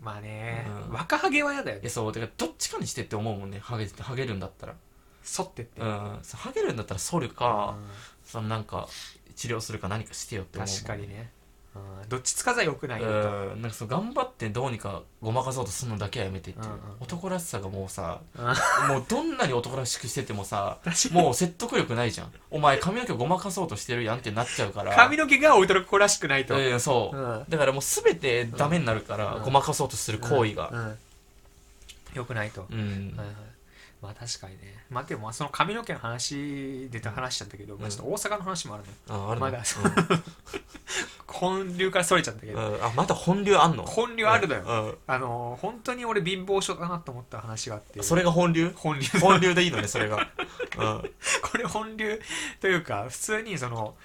[SPEAKER 1] まあね、
[SPEAKER 2] うん
[SPEAKER 1] 若ハゲは嫌だよ
[SPEAKER 2] え
[SPEAKER 1] ね
[SPEAKER 2] そうてかどっちかにしてって思うもんねハゲてハゲるんだったら
[SPEAKER 1] 剃ってって、
[SPEAKER 2] うんそうハゲるんだったら剃るか、
[SPEAKER 1] うん
[SPEAKER 2] そのなんか治療するか何かしてよって思うもん
[SPEAKER 1] 確かにね、うん、どっちつかずはよくないよと、
[SPEAKER 2] うんなんかそう頑張ってどうにかごまかそうとするのだけはやめてっていう、
[SPEAKER 1] うんうんうん
[SPEAKER 2] 男らしさがもうさ
[SPEAKER 1] うん
[SPEAKER 2] もうどんなに男らしくしててもさ
[SPEAKER 1] 確かに
[SPEAKER 2] もう説得力ないじゃんお前髪の毛ごまかそうとしてるやんってなっちゃうから
[SPEAKER 1] 髪の毛がオルトロコらしくないと、
[SPEAKER 2] うんそう、
[SPEAKER 1] うん
[SPEAKER 2] だからもう全てダメになるから、
[SPEAKER 1] うん
[SPEAKER 2] ごまかそうとする行為が
[SPEAKER 1] うんうんよくないと、
[SPEAKER 2] うん、
[SPEAKER 1] はいはいまあ確かにねまあでもまあその髪の毛の話で話しちゃったけど、まあちょっと大阪の話もあるのよ
[SPEAKER 2] ああるの
[SPEAKER 1] まだ
[SPEAKER 2] うん
[SPEAKER 1] 本流からそれちゃったけど、
[SPEAKER 2] うんあまだ本流あんの
[SPEAKER 1] 本流あるのよ、
[SPEAKER 2] うん
[SPEAKER 1] あのー本当に俺貧乏症だなと思った話があって
[SPEAKER 2] それが本流
[SPEAKER 1] 本流
[SPEAKER 2] 本流でいいのねそれが、うん、
[SPEAKER 1] これ本流というか普通にその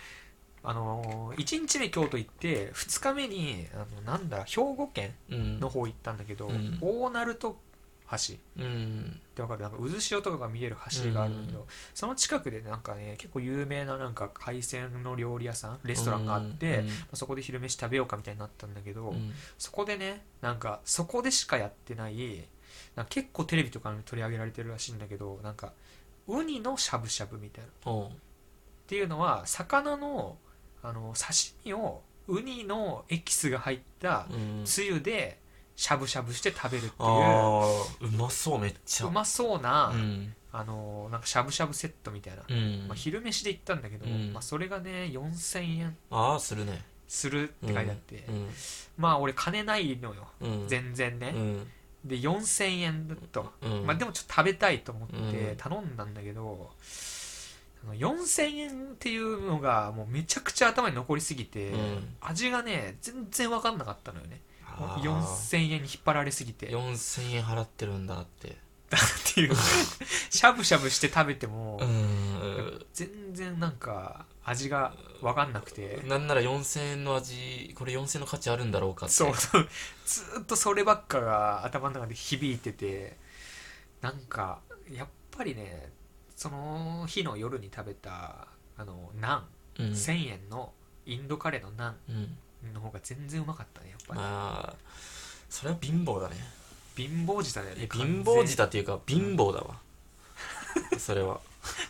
[SPEAKER 1] あの1日目京都行って2日目にあのなんだ兵庫県
[SPEAKER 2] うん
[SPEAKER 1] の方行ったんだけど、
[SPEAKER 2] うん
[SPEAKER 1] 大鳴門橋っ
[SPEAKER 2] うん
[SPEAKER 1] てわかるなんか渦潮とかが見える橋があるんだけど、その近くでなんかね結構有名ななんか海鮮の料理屋さんレストランがあって、
[SPEAKER 2] うん
[SPEAKER 1] まあそこで昼飯食べようかみたいになったんだけど、
[SPEAKER 2] うん
[SPEAKER 1] そこでねなんかそこでしかやってないなんか結構テレビとかに取り上げられてるらしいんだけどなんかウニのしゃぶしゃぶみたいな。
[SPEAKER 2] おう
[SPEAKER 1] っていうのは魚のあの刺身をウニのエキスが入った
[SPEAKER 2] うん
[SPEAKER 1] つゆでしゃぶしゃぶして食べるっていう
[SPEAKER 2] あーうまそうめっちゃ
[SPEAKER 1] うまそうな,、
[SPEAKER 2] うん
[SPEAKER 1] あのなんかしゃぶしゃぶセットみたいな、
[SPEAKER 2] うん
[SPEAKER 1] まあ、昼飯で行ったんだけど、
[SPEAKER 2] うん
[SPEAKER 1] まあ、それがね4000円
[SPEAKER 2] ああするね
[SPEAKER 1] するって書いてあって、
[SPEAKER 2] うん
[SPEAKER 1] まあ俺金ないのよ
[SPEAKER 2] うん
[SPEAKER 1] 全然ね
[SPEAKER 2] う、ん
[SPEAKER 1] で4000円だと、
[SPEAKER 2] うん
[SPEAKER 1] まあ、でもちょっと食べたいと思っ
[SPEAKER 2] う
[SPEAKER 1] て
[SPEAKER 2] ん
[SPEAKER 1] 頼んだんだけど、あの4000円っていうのがもうめちゃくちゃ頭に残りすぎて、
[SPEAKER 2] うん
[SPEAKER 1] 味がね全然分かんなかったのよね
[SPEAKER 2] あー
[SPEAKER 1] 4000円に引っ張られすぎて
[SPEAKER 2] 4000円払ってるんだって
[SPEAKER 1] っていうしゃぶしゃぶして食べても、
[SPEAKER 2] うん
[SPEAKER 1] 全然なんか味が分かんなくて、
[SPEAKER 2] なんなら4000円の味これ4000円の価値あるんだろうかって
[SPEAKER 1] そう そうずーっとそればっかが頭の中で響いててなんかやっぱりねその日の夜に食べたあのナ
[SPEAKER 2] う
[SPEAKER 1] ン、
[SPEAKER 2] ん
[SPEAKER 1] 1000円のインドカレーのナ
[SPEAKER 2] うん
[SPEAKER 1] ンの方が全然うまかったねやっぱり、
[SPEAKER 2] まあそれは貧乏だね
[SPEAKER 1] 貧乏舌だよね
[SPEAKER 2] え貧乏
[SPEAKER 1] 舌
[SPEAKER 2] 舌っていうか貧乏だわ それは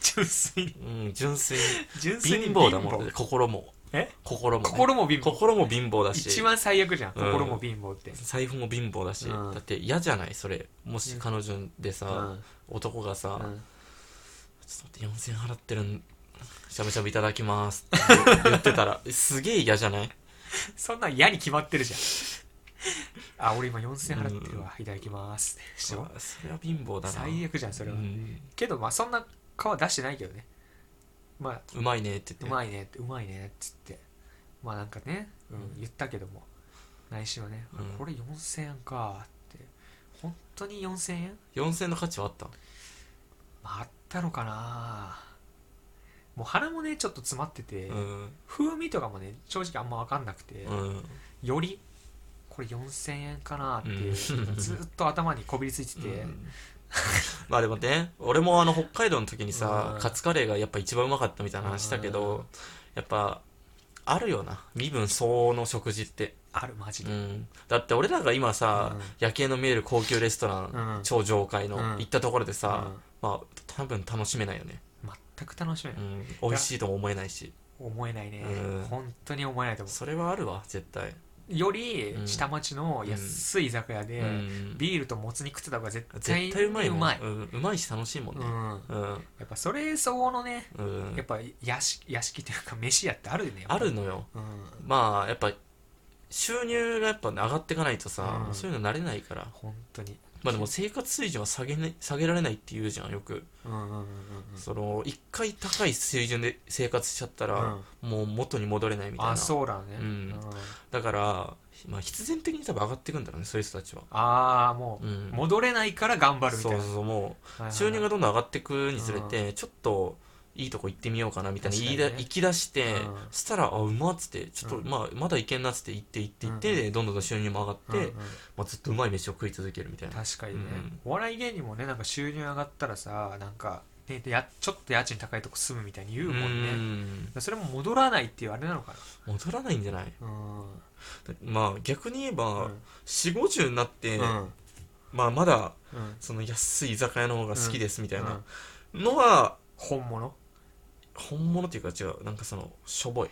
[SPEAKER 1] 純粋に
[SPEAKER 2] うん純粋に
[SPEAKER 1] 純粋に
[SPEAKER 2] 貧乏だもん心も
[SPEAKER 1] え
[SPEAKER 2] 心もね、
[SPEAKER 1] 心も貧乏
[SPEAKER 2] 心も貧乏だし
[SPEAKER 1] 一番最悪じゃん、
[SPEAKER 2] うん
[SPEAKER 1] 心も貧乏って、
[SPEAKER 2] 財布も貧乏だし、
[SPEAKER 1] うん
[SPEAKER 2] だって嫌じゃないそれもし
[SPEAKER 1] うん
[SPEAKER 2] 彼女で
[SPEAKER 1] う
[SPEAKER 2] さ、
[SPEAKER 1] ん
[SPEAKER 2] 男がさ、
[SPEAKER 1] うん
[SPEAKER 2] ちょっと待って4000払ってるんしゃぶしゃぶいただきますって 言ってたらすげえ嫌じゃない
[SPEAKER 1] そんなん嫌に決まってるじゃんあ俺今4000払ってるわ、いただきますでしょ
[SPEAKER 2] それは貧乏だな
[SPEAKER 1] 最悪じゃんそれは、
[SPEAKER 2] うん
[SPEAKER 1] けどまあそんな顔出してないけどねまあ
[SPEAKER 2] うまいねって
[SPEAKER 1] う
[SPEAKER 2] 言って
[SPEAKER 1] まいねってうまいねっつってまあなんかね、うん
[SPEAKER 2] うん
[SPEAKER 1] 言ったけども内心はね、あ
[SPEAKER 2] うん
[SPEAKER 1] これ4000円かって本当に4000円、
[SPEAKER 2] 4000の価値はあった
[SPEAKER 1] まあ、あったのかなもう鼻もねちょっと詰まってて、
[SPEAKER 2] うん
[SPEAKER 1] 風味とかもね正直あんま分かんなくて、
[SPEAKER 2] うん
[SPEAKER 1] よりこれ4000円かなって、
[SPEAKER 2] うん
[SPEAKER 1] ずっと頭にこびりついてて、
[SPEAKER 2] うん まあでもね俺もあの北海道の時にさ、
[SPEAKER 1] うん
[SPEAKER 2] カツカレーがやっぱ一番うまかったみたいな話したけど、
[SPEAKER 1] うん
[SPEAKER 2] やっぱあるよな身分相応の食事って、
[SPEAKER 1] あるマジ
[SPEAKER 2] う
[SPEAKER 1] で、
[SPEAKER 2] ん、だって俺らが今さ、
[SPEAKER 1] うん
[SPEAKER 2] 夜景の見える高級レストラン、
[SPEAKER 1] うん
[SPEAKER 2] 超上階の、
[SPEAKER 1] うん
[SPEAKER 2] 行ったところでさ、
[SPEAKER 1] うん
[SPEAKER 2] まあ多分楽しめないよね、
[SPEAKER 1] 全く楽しめ
[SPEAKER 2] う
[SPEAKER 1] ない、
[SPEAKER 2] ん、美味しいとも思えないし
[SPEAKER 1] 思えないね、
[SPEAKER 2] うん
[SPEAKER 1] 本当に思えないと思
[SPEAKER 2] それはあるわ絶対、
[SPEAKER 1] うより
[SPEAKER 2] うん
[SPEAKER 1] 下町の安い居酒屋で、
[SPEAKER 2] うん、
[SPEAKER 1] ビールともつ煮食ってた方が絶対
[SPEAKER 2] 絶
[SPEAKER 1] に
[SPEAKER 2] 対うまいもん
[SPEAKER 1] うまい、
[SPEAKER 2] うん、うまいし楽しいもん
[SPEAKER 1] う
[SPEAKER 2] ね
[SPEAKER 1] ん
[SPEAKER 2] うん、
[SPEAKER 1] やっぱそれ相応のね
[SPEAKER 2] うん
[SPEAKER 1] やっぱ屋敷屋敷というか飯屋ってあるよねやっぱ
[SPEAKER 2] あるのよ
[SPEAKER 1] うん
[SPEAKER 2] まあやっぱ収入がやっぱ上がっていかないとさ、
[SPEAKER 1] うん
[SPEAKER 2] そういうの慣れないから
[SPEAKER 1] 本当に
[SPEAKER 2] まあでも生活水準は下げ,、ね、下げられないって言うじゃんよく、
[SPEAKER 1] うんうんうんうん
[SPEAKER 2] その一回高い水準で生活しちゃったら、もう元に戻れないみたいな
[SPEAKER 1] あそうだね、
[SPEAKER 2] うんだから、まあ、必然的に多分上がっていくんだろうねそういう人たちは、
[SPEAKER 1] ああも
[SPEAKER 2] う
[SPEAKER 1] う、
[SPEAKER 2] ん、
[SPEAKER 1] 戻れないから頑張るみたい
[SPEAKER 2] そ
[SPEAKER 1] うな
[SPEAKER 2] そうそうも
[SPEAKER 1] はいうはい
[SPEAKER 2] 収入がどんどん上がっていくにつれて、ちょっといいとこ行ってみようかなみたいな
[SPEAKER 1] 確か
[SPEAKER 2] 言い
[SPEAKER 1] に
[SPEAKER 2] だ、
[SPEAKER 1] ね
[SPEAKER 2] 行き出して、
[SPEAKER 1] うん
[SPEAKER 2] そしたらあうまっつってちょっと、
[SPEAKER 1] うん
[SPEAKER 2] まあ、まだいけんなっつって行って行って行って、
[SPEAKER 1] うん
[SPEAKER 2] でどんどんどん収入も上がって、
[SPEAKER 1] うんうん
[SPEAKER 2] まあ、ずっとうまい飯を食い続けるみたいな
[SPEAKER 1] 確かにね、
[SPEAKER 2] う
[SPEAKER 1] お
[SPEAKER 2] ん
[SPEAKER 1] 笑い芸人もねなんか収入上がったらさなんか、ね、でやちょっと家賃高いとこ住むみたいに言うもんね
[SPEAKER 2] う
[SPEAKER 1] だか
[SPEAKER 2] ん
[SPEAKER 1] らそれも戻らないっていうあれなのか
[SPEAKER 2] 戻らないんじゃない
[SPEAKER 1] なうん
[SPEAKER 2] まあ逆に言えば、
[SPEAKER 1] うん
[SPEAKER 2] 4 5 0になって、
[SPEAKER 1] うん
[SPEAKER 2] まあまだ
[SPEAKER 1] うん
[SPEAKER 2] その安い居酒屋の方が好きですみたい
[SPEAKER 1] うん
[SPEAKER 2] なのは、
[SPEAKER 1] 本物
[SPEAKER 2] 本物っていうか違うなんかそのしょぼい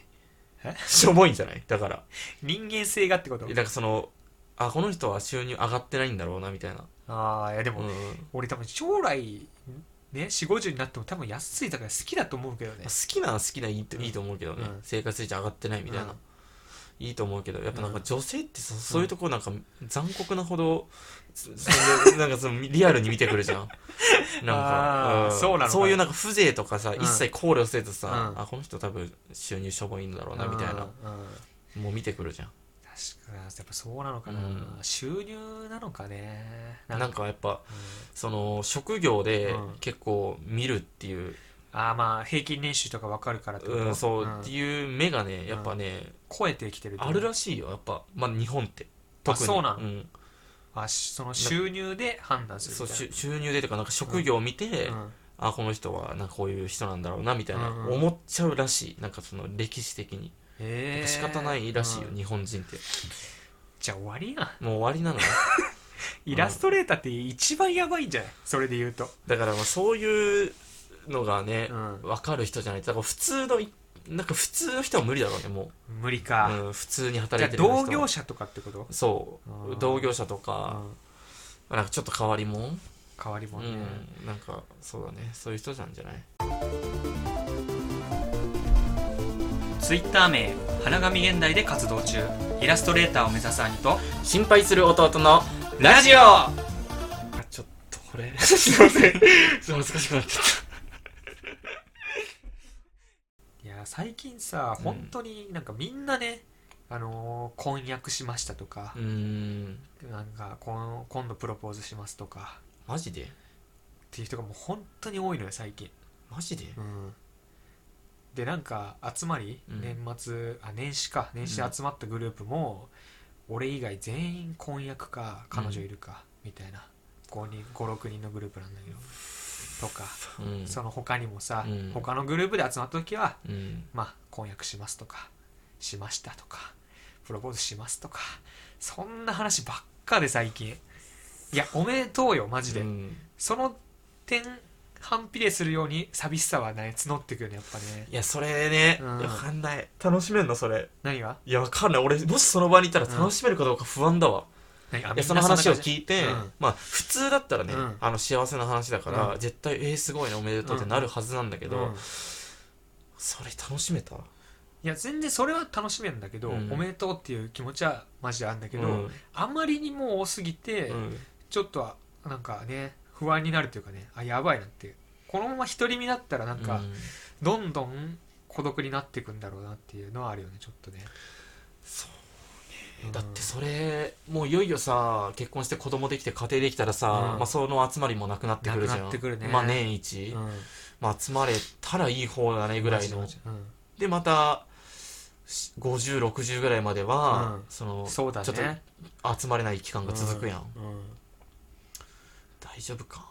[SPEAKER 1] え
[SPEAKER 2] しょぼいんじゃないだから
[SPEAKER 1] 人間性がってこと
[SPEAKER 2] なんかそのあこの人は収入上がってないんだろうなみたいな、
[SPEAKER 1] ああいやでも、
[SPEAKER 2] うん
[SPEAKER 1] 俺多分将来ね4 5 0になっても多分安いだから好きだと思うけどね
[SPEAKER 2] 好きな好きないいと,、
[SPEAKER 1] うん
[SPEAKER 2] いいと思うけどね、
[SPEAKER 1] うん
[SPEAKER 2] 生活水準上がってないみたいな、
[SPEAKER 1] うん
[SPEAKER 2] いいと思うけどやっぱなんか
[SPEAKER 1] うん
[SPEAKER 2] 女性ってそ,、そういうとこなんか残酷なほど、そそんななんかそのリアルに見てくるじゃんなんか、
[SPEAKER 1] あーそうなのかな
[SPEAKER 2] いうなんか風情とかさ、
[SPEAKER 1] うん
[SPEAKER 2] 一切考慮せずさ、
[SPEAKER 1] うん
[SPEAKER 2] あこの人多分収入しょぼいんだろうなみたいな、
[SPEAKER 1] うんうん
[SPEAKER 2] もう見てくるじゃん
[SPEAKER 1] 確かにやっぱそうなのかな、
[SPEAKER 2] うん
[SPEAKER 1] 収入なのかね
[SPEAKER 2] なんかやっぱ
[SPEAKER 1] うん
[SPEAKER 2] その職業で
[SPEAKER 1] うん
[SPEAKER 2] 結構見るっていう、
[SPEAKER 1] ああまあ平均年収とかわかるからってこと
[SPEAKER 2] うん、そう、
[SPEAKER 1] ん
[SPEAKER 2] っていう目がねやっぱね、
[SPEAKER 1] 超えてきてる
[SPEAKER 2] ある
[SPEAKER 1] し
[SPEAKER 2] らしいよやっぱ、まあ、日本って特に
[SPEAKER 1] そうなん
[SPEAKER 2] ん
[SPEAKER 1] あしその収入で判断す
[SPEAKER 2] そう
[SPEAKER 1] るみたい
[SPEAKER 2] 収収入でとかなんか職業を見て、
[SPEAKER 1] なうん
[SPEAKER 2] あこの人はなんかこういう人なんだろうなみたいな、
[SPEAKER 1] うんうん
[SPEAKER 2] 思っちゃうらしいなんかその歴史的に、
[SPEAKER 1] へえ
[SPEAKER 2] 仕方ないらしいよ、
[SPEAKER 1] うん
[SPEAKER 2] 日本人って
[SPEAKER 1] じゃあ終わりやん
[SPEAKER 2] もう終わりなの よ
[SPEAKER 1] イラストレーターって一番やばいんじゃないそれで言うと
[SPEAKER 2] だからまあそういうのがね、
[SPEAKER 1] うん
[SPEAKER 2] 分かる人じゃないとだから普通のいなんか普通の人は無理だろうねも
[SPEAKER 1] 無理
[SPEAKER 2] う、
[SPEAKER 1] か、
[SPEAKER 2] うん、普通に
[SPEAKER 1] じ
[SPEAKER 2] 働
[SPEAKER 1] ゃあ
[SPEAKER 2] いてる人は
[SPEAKER 1] 同業者とかってこと
[SPEAKER 2] そう
[SPEAKER 1] うん
[SPEAKER 2] 同業者と
[SPEAKER 1] う
[SPEAKER 2] か、
[SPEAKER 1] ん
[SPEAKER 2] まあなんかちょっと変わり者
[SPEAKER 1] 変わりも
[SPEAKER 2] うん
[SPEAKER 1] ね、
[SPEAKER 2] ん、なんかそうだねそういう人なんじゃない
[SPEAKER 3] ツイッター名花紙現代で活動中イラストレーターを目指す兄と
[SPEAKER 2] 心配する弟の
[SPEAKER 3] ラジオ
[SPEAKER 2] あちょっとこ れすいませんちょっと難しくなっちゃっ
[SPEAKER 1] いや最近さ
[SPEAKER 2] うん
[SPEAKER 1] 本当になんかみんなね、あのー婚約しましたとか
[SPEAKER 2] たう、ーん
[SPEAKER 1] なんかこん今度プロポーズしますとか
[SPEAKER 2] マジで
[SPEAKER 1] っていう人がもう本当に多いのよ最近、
[SPEAKER 2] マジで
[SPEAKER 1] うん、でなんか集まり、
[SPEAKER 2] うん
[SPEAKER 1] 年末あ年始か年始集まったグループも、俺以外全員婚約か彼女いるか、みたいな5人56人のグループなんだけどとか
[SPEAKER 2] うん
[SPEAKER 1] その他にもさ、
[SPEAKER 2] うん
[SPEAKER 1] 他のグループで集まった時は
[SPEAKER 2] うん
[SPEAKER 1] まあ婚約しますとかしましたとかプロポーズしますとかそんな話ばっかで最近いやおめでとうよマジで、
[SPEAKER 2] うん
[SPEAKER 1] その点反比例するように寂しさはね募ってくるねやっぱね
[SPEAKER 2] いやそれね、
[SPEAKER 1] うん
[SPEAKER 2] わかんない楽しめんのそれ
[SPEAKER 1] 何が
[SPEAKER 2] いやわかんない俺もしその場にいたら楽しめるかどうか不安だわ、
[SPEAKER 1] 何が
[SPEAKER 2] いやその話を聞
[SPEAKER 1] い
[SPEAKER 2] いて、
[SPEAKER 1] うん
[SPEAKER 2] まあ普通だったらね、
[SPEAKER 1] うん
[SPEAKER 2] あの幸せな話だから、
[SPEAKER 1] う
[SPEAKER 2] 絶対えー、すごいねおめでとうってなるはずなんだけ
[SPEAKER 1] け
[SPEAKER 2] ど、それ楽しめた
[SPEAKER 1] いや全然それは楽しめるんだけど、
[SPEAKER 2] うん
[SPEAKER 1] おめでとうっていう気持ちはマジであるんだけど、
[SPEAKER 2] うん
[SPEAKER 1] あまりにも多すぎて、
[SPEAKER 2] うん
[SPEAKER 1] ちょっとはなんかね不安になるというかねあやばいなっていうこのまま独り身だったらなんか、
[SPEAKER 2] うん
[SPEAKER 1] どんどん孤独になっていくんだろうなっていうのはあるよねちょっとね
[SPEAKER 2] そう
[SPEAKER 1] うん
[SPEAKER 2] ねだってそれもういよいよさ結婚して子供できて家庭できたらさ、
[SPEAKER 1] うん
[SPEAKER 2] まあ、その集まりもなくなってくるじ
[SPEAKER 1] な
[SPEAKER 2] ゃん
[SPEAKER 1] くなってくるね
[SPEAKER 2] まあ年一、まあ、集まれたらいい方だねぐらいの
[SPEAKER 1] マジマジうん
[SPEAKER 2] でまた5060ぐらいまでは、
[SPEAKER 1] うん
[SPEAKER 2] その
[SPEAKER 1] そうだね
[SPEAKER 2] ちょっと集まれない期間が続くやん、
[SPEAKER 1] うんうん
[SPEAKER 2] 大丈夫か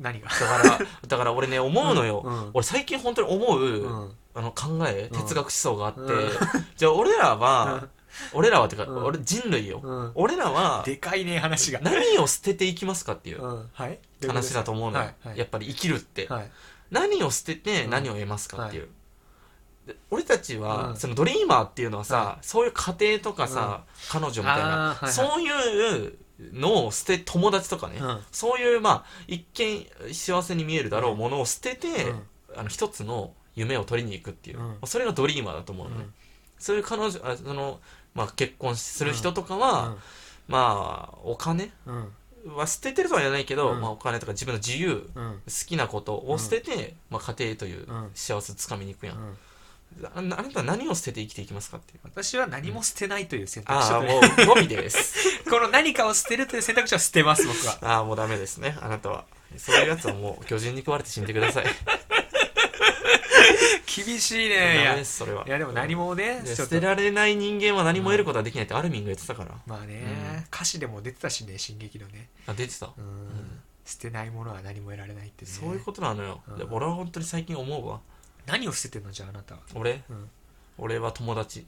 [SPEAKER 1] 何が
[SPEAKER 2] だから だから俺ね思うのよ、
[SPEAKER 1] うん
[SPEAKER 2] 俺最近本当に思う、
[SPEAKER 1] うん
[SPEAKER 2] あの考え
[SPEAKER 1] うん
[SPEAKER 2] 哲学思想があって、
[SPEAKER 1] うん
[SPEAKER 2] じゃあ俺らは、俺らはってか、
[SPEAKER 1] うん
[SPEAKER 2] 俺人類よ、
[SPEAKER 1] うん
[SPEAKER 2] 俺らは
[SPEAKER 1] でかいね話が
[SPEAKER 2] 何を捨てていきますかっていう
[SPEAKER 1] うんはい
[SPEAKER 2] 話だと思うのよ、
[SPEAKER 1] はいはい
[SPEAKER 2] やっぱり生きるって、
[SPEAKER 1] はい
[SPEAKER 2] 何を捨てて
[SPEAKER 1] うん
[SPEAKER 2] 何を得ますかっていう、で俺たちは、
[SPEAKER 1] うん
[SPEAKER 2] そのドリーマーっていうのはさ、
[SPEAKER 1] は
[SPEAKER 2] そういう家庭とかさ、彼女みたいな、
[SPEAKER 1] あーはいはい
[SPEAKER 2] そういうのを捨て友達とかね、
[SPEAKER 1] うん
[SPEAKER 2] そういうまあ一見幸せに見えるだろうものを捨てて、
[SPEAKER 1] うん
[SPEAKER 2] あの一つの夢を取りに行くっていう、
[SPEAKER 1] うん
[SPEAKER 2] それがドリーマーだと思うのね、
[SPEAKER 1] うん
[SPEAKER 2] そういう彼女あその、まあ、結婚する人とかは、まあお金
[SPEAKER 1] うんうん
[SPEAKER 2] は捨ててるとは言わないけど、
[SPEAKER 1] うん
[SPEAKER 2] まあ、お金とか自分の自由
[SPEAKER 1] うん
[SPEAKER 2] 好きなことを捨てて、まあ、家庭という
[SPEAKER 1] うん
[SPEAKER 2] 幸せをつかみに行くや、
[SPEAKER 1] うんん
[SPEAKER 2] あなあなたは何を捨てて生きていきますかっていう
[SPEAKER 1] 私は何も捨てないという選択肢
[SPEAKER 2] あ
[SPEAKER 1] を
[SPEAKER 2] あ
[SPEAKER 1] 取
[SPEAKER 2] も
[SPEAKER 1] る
[SPEAKER 2] うゴミです
[SPEAKER 1] この何かを捨てるという選択肢は捨てます僕は
[SPEAKER 2] ああもうダメですねあなたはそういうやつはもう巨人に食われて死んでくだ さい
[SPEAKER 1] 厳しい
[SPEAKER 2] ダメ
[SPEAKER 1] ね
[SPEAKER 2] ですそれはい
[SPEAKER 1] やいやでも何もね
[SPEAKER 2] で
[SPEAKER 1] ちょ
[SPEAKER 2] 捨
[SPEAKER 1] っと
[SPEAKER 2] てられない人間は何も得ることはできないってアルミンが言ってたから、
[SPEAKER 1] まあね、
[SPEAKER 2] うん
[SPEAKER 1] 歌詞でも出てたしね「進撃」のね、
[SPEAKER 2] あ出てた、
[SPEAKER 1] うん捨てないものは何も得られないってね
[SPEAKER 2] そういうことなのよ、
[SPEAKER 1] うん
[SPEAKER 2] で俺は本当に最近思うわ
[SPEAKER 1] 何を捨ててんのじゃああなたは、
[SPEAKER 2] 俺
[SPEAKER 1] うん
[SPEAKER 2] 俺は友達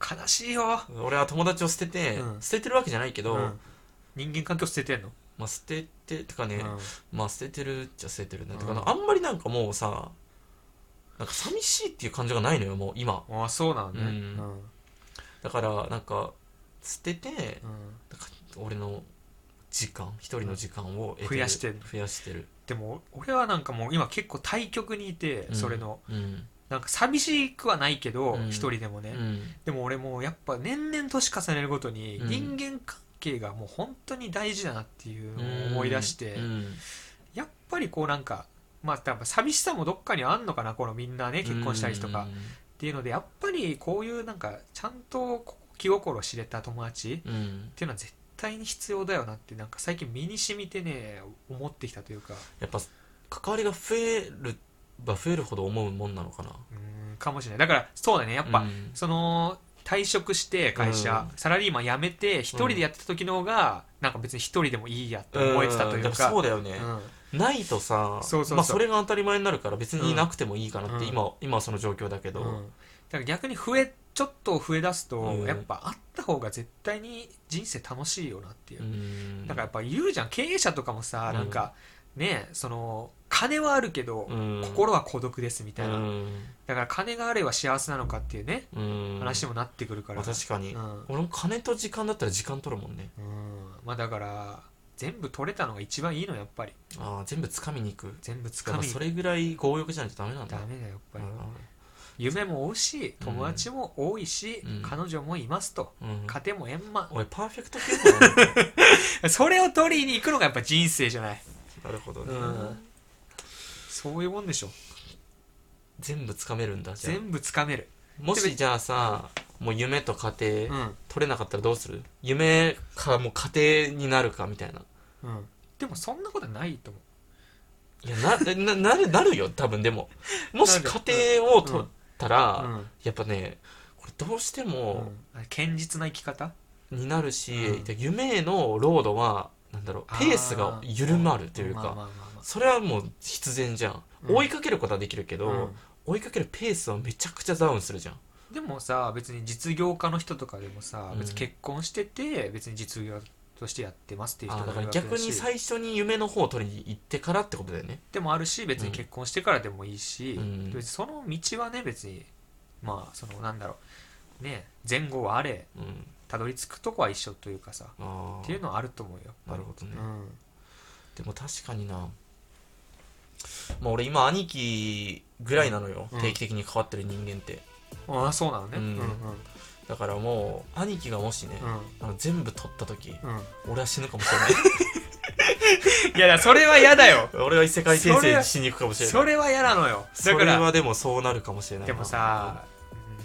[SPEAKER 1] 悲しいよ、
[SPEAKER 2] 俺は友達を捨てて、
[SPEAKER 1] うん
[SPEAKER 2] 捨ててるわけじゃないけど、
[SPEAKER 1] うん人間関係を捨ててんの、
[SPEAKER 2] まあ捨てててかね、
[SPEAKER 1] うん
[SPEAKER 2] まあ捨ててるっちゃ捨ててるね、
[SPEAKER 1] うん
[SPEAKER 2] てかなあんまりなんかもうさなんか寂しいっていう感情がないのよもう今
[SPEAKER 1] ああそうなのね
[SPEAKER 2] う
[SPEAKER 1] うんんうん
[SPEAKER 2] だからなんか捨ててなんか俺の時間一人の時間を得る
[SPEAKER 1] 増やしてる
[SPEAKER 2] 増やしてる、
[SPEAKER 1] でも俺はなんかもう今結構対極にいて、
[SPEAKER 2] うん
[SPEAKER 1] それの
[SPEAKER 2] うん
[SPEAKER 1] なんか寂しくはないけど
[SPEAKER 2] うん
[SPEAKER 1] 一、人でも
[SPEAKER 2] う
[SPEAKER 1] ね、
[SPEAKER 2] ん
[SPEAKER 1] でも俺もうやっぱ年々年重ねるごとに
[SPEAKER 2] うん
[SPEAKER 1] 人間関係がもう本当に大事だなっていうのを思い出して、
[SPEAKER 2] うん
[SPEAKER 1] やっぱりこうなんかまあやっぱ寂しさもどっかにあんのかなこのみんなね結婚したりとかっていうのでやっぱりこういうなんかちゃんとこう気心知れた友達っ
[SPEAKER 2] うんうん
[SPEAKER 1] ていうのは絶対に必要だよなってなんか最近身に染みてね思ってきたというか
[SPEAKER 2] やっぱ関わりが増えるば増えるほど思うもんなのかな
[SPEAKER 1] うーんかもしれないだからそうだねやっぱ、
[SPEAKER 2] うん
[SPEAKER 1] その退職して会社、サラリーマン辞めて一人でやってた時の方がなんか別に一人でもいいやって思えてたとい
[SPEAKER 2] んだ
[SPEAKER 1] う
[SPEAKER 2] から
[SPEAKER 1] か、
[SPEAKER 2] そうだよね、
[SPEAKER 1] うん
[SPEAKER 2] ないとさ
[SPEAKER 1] そうそうそう
[SPEAKER 2] まあ、それが当たり前になるから別になくてもいいかなって
[SPEAKER 1] うん
[SPEAKER 2] 今,、今はその状況だけど、
[SPEAKER 1] うん、だから逆に増えちょっと増え出すと、
[SPEAKER 2] うん
[SPEAKER 1] やっぱあった方が絶対に人生楽しいよなっていう、
[SPEAKER 2] うん
[SPEAKER 1] なんかやっぱ言うじゃん経営者とかもさ、
[SPEAKER 2] うん
[SPEAKER 1] なんかねその金はあるけど、
[SPEAKER 2] うん
[SPEAKER 1] 心は孤独ですみたいな、
[SPEAKER 2] うん
[SPEAKER 1] だから金があれば幸せなのかっていうね
[SPEAKER 2] うん
[SPEAKER 1] 話にもなってくるから、
[SPEAKER 2] まあ確かに、
[SPEAKER 1] うん
[SPEAKER 2] 俺も金と時間だったら時間取るもんね
[SPEAKER 1] うんまあだから全部取れたのが一番いいのやっぱり
[SPEAKER 2] ああ全部掴みに行く
[SPEAKER 1] 全部つ
[SPEAKER 2] だか
[SPEAKER 1] からみ
[SPEAKER 2] それぐらい強欲じゃないとダメなんだ
[SPEAKER 1] ダメだよやっぱり、
[SPEAKER 2] う
[SPEAKER 1] 夢も多いし友達も多いし、
[SPEAKER 2] うん
[SPEAKER 1] 彼女もいますと、
[SPEAKER 2] んうん
[SPEAKER 1] 家庭も円満
[SPEAKER 2] おいパーフェクト系だ な
[SPEAKER 1] それを取りに行くのがやっぱ人生じゃない、
[SPEAKER 2] なるほどね、
[SPEAKER 1] うんそういうもんでしょ
[SPEAKER 2] 全部掴めるんだじゃあ
[SPEAKER 1] 全部つかめる
[SPEAKER 2] もしじゃあさもう夢と
[SPEAKER 1] う
[SPEAKER 2] 家庭、
[SPEAKER 1] ん、
[SPEAKER 2] 取れなかったらどうする夢かもう家庭になるかみたいな
[SPEAKER 1] うん、でもそんなことはないと思
[SPEAKER 2] いやなななるなるよ多分 でももし
[SPEAKER 1] なる
[SPEAKER 2] 家庭を
[SPEAKER 1] うん
[SPEAKER 2] 取ったら、
[SPEAKER 1] う、うん
[SPEAKER 2] やっぱねこれどうしても
[SPEAKER 1] うん、堅実な生き方
[SPEAKER 2] になるし、
[SPEAKER 1] うん
[SPEAKER 2] で夢へのロードはなんだろうペースが緩まるというか、
[SPEAKER 1] あーまあまあまあまあ
[SPEAKER 2] それはもう必然じゃん、
[SPEAKER 1] うん
[SPEAKER 2] 追いかけることはできるけど、
[SPEAKER 1] うん
[SPEAKER 2] 追いかけるペースはめちゃくちゃダウンするじゃん
[SPEAKER 1] でもさ別に実業家の人とかでもさ、
[SPEAKER 2] うん
[SPEAKER 1] 別に結婚してて別に実業家としてやってますっていう
[SPEAKER 2] あ
[SPEAKER 1] 人
[SPEAKER 2] ーだ
[SPEAKER 1] とか
[SPEAKER 2] か
[SPEAKER 1] い
[SPEAKER 2] ら
[SPEAKER 1] るわけだ
[SPEAKER 2] 逆に
[SPEAKER 1] し
[SPEAKER 2] 最初に夢の方を取りに行ってからってことだよね
[SPEAKER 1] でもあるし別に結婚してからでもいいし、
[SPEAKER 2] うん
[SPEAKER 1] 別にその道はね別にまあそのなんだろうね前後はあれ
[SPEAKER 2] うん
[SPEAKER 1] たどり着くとこは一緒というかさ
[SPEAKER 2] あ
[SPEAKER 1] っていう
[SPEAKER 2] ー
[SPEAKER 1] のはあると思うよ
[SPEAKER 2] なるほどね、
[SPEAKER 1] うん
[SPEAKER 2] でも確かになまあ俺今兄貴ぐらいなのよ、
[SPEAKER 1] うん
[SPEAKER 2] 定期的に変わってる人間って
[SPEAKER 1] ああそうなのね
[SPEAKER 2] う
[SPEAKER 1] うんんうん
[SPEAKER 2] だからもう兄貴がもしね、あの全部取った時、
[SPEAKER 1] うんうん
[SPEAKER 2] 俺は死ぬかもしれ ない
[SPEAKER 1] やだそれは嫌だよ
[SPEAKER 2] い俺は異世界転
[SPEAKER 1] それ
[SPEAKER 2] 生しに行くかもしれない
[SPEAKER 1] それは嫌なのよ
[SPEAKER 2] そ
[SPEAKER 1] だか
[SPEAKER 2] れ
[SPEAKER 1] ら
[SPEAKER 2] はでもそうなるかもしれないな
[SPEAKER 1] でもさ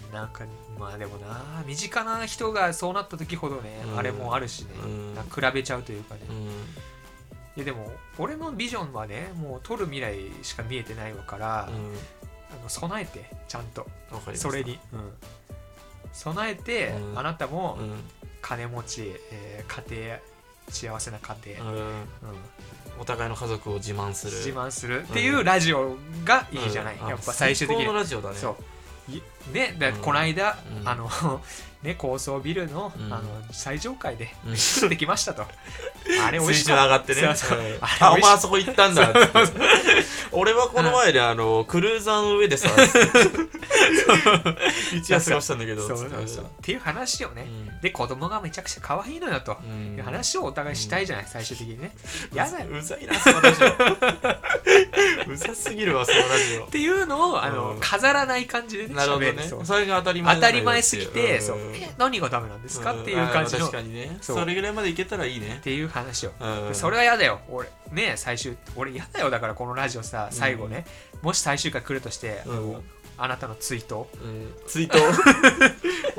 [SPEAKER 1] うんなんかまあでもな身近な人がそうなった時ほどね、
[SPEAKER 2] うん
[SPEAKER 1] あれもあるしね、
[SPEAKER 2] うん
[SPEAKER 1] なんか比べちゃうというかね、
[SPEAKER 2] う
[SPEAKER 1] い
[SPEAKER 2] ん
[SPEAKER 1] やでも俺のビジョンはねもう取る未来しか見えてないわから、
[SPEAKER 2] うん
[SPEAKER 1] あの備えてちゃんと
[SPEAKER 2] わかりました
[SPEAKER 1] それに、うん備えて、
[SPEAKER 2] うん
[SPEAKER 1] あなたも
[SPEAKER 2] うん
[SPEAKER 1] 金持ち、えー家庭幸せな家庭、
[SPEAKER 2] うん
[SPEAKER 1] うん
[SPEAKER 2] お互いの家族を自慢する
[SPEAKER 1] 自慢する
[SPEAKER 2] ん
[SPEAKER 1] っていうラジオがいいじゃない、
[SPEAKER 2] うんあ
[SPEAKER 1] やっぱ最終的に
[SPEAKER 2] 最高のラジオだね
[SPEAKER 1] そういねだ
[SPEAKER 2] うん
[SPEAKER 1] この間、
[SPEAKER 2] うん
[SPEAKER 1] あの ね高層ビルの,、
[SPEAKER 2] うん
[SPEAKER 1] あの最上階で
[SPEAKER 2] うん
[SPEAKER 1] 作ってきま したとあれ美味
[SPEAKER 2] 水
[SPEAKER 1] し
[SPEAKER 2] 準
[SPEAKER 1] かっ
[SPEAKER 2] 上がってね
[SPEAKER 1] そうそう
[SPEAKER 2] うん
[SPEAKER 1] あれ
[SPEAKER 2] あお
[SPEAKER 1] 美味し
[SPEAKER 2] 前あそこ行ったんだって俺はこの前であのクルーザーの上でさ 一夜過ごしたんだけ
[SPEAKER 1] た
[SPEAKER 2] ど
[SPEAKER 1] そう
[SPEAKER 2] つ
[SPEAKER 1] そ
[SPEAKER 2] っ
[SPEAKER 1] う
[SPEAKER 2] て
[SPEAKER 1] そうっていう話をね、
[SPEAKER 2] う
[SPEAKER 1] で子供がめちゃくちゃ可愛いのよと、
[SPEAKER 2] ん
[SPEAKER 1] いう話をお互いしたいじゃない、最終的にねやだよ
[SPEAKER 2] うざいなそのラジオうざすぎるわそのラ
[SPEAKER 1] っていうのをあの、
[SPEAKER 2] うん
[SPEAKER 1] 飾らない感じで
[SPEAKER 2] ジオ
[SPEAKER 1] ね
[SPEAKER 2] なるほど
[SPEAKER 1] 喋る
[SPEAKER 2] ね
[SPEAKER 1] そう
[SPEAKER 2] それが当たり前
[SPEAKER 1] 当
[SPEAKER 2] なんだ
[SPEAKER 1] た
[SPEAKER 2] よ
[SPEAKER 1] り前すぎて、
[SPEAKER 2] ん
[SPEAKER 1] そうえ何がダメなんですか、っていう感じ
[SPEAKER 2] ん
[SPEAKER 1] の
[SPEAKER 2] あー
[SPEAKER 1] っ
[SPEAKER 2] 確かにね
[SPEAKER 1] そう
[SPEAKER 2] それぐらいまでいけたらいいね
[SPEAKER 1] ていう話を
[SPEAKER 2] うん
[SPEAKER 1] それは嫌だよ俺ね最終俺嫌だよだからこのラジオさ最後ね、もし最終回来るとして、
[SPEAKER 2] うん
[SPEAKER 1] あなたのツイート
[SPEAKER 2] うん追悼終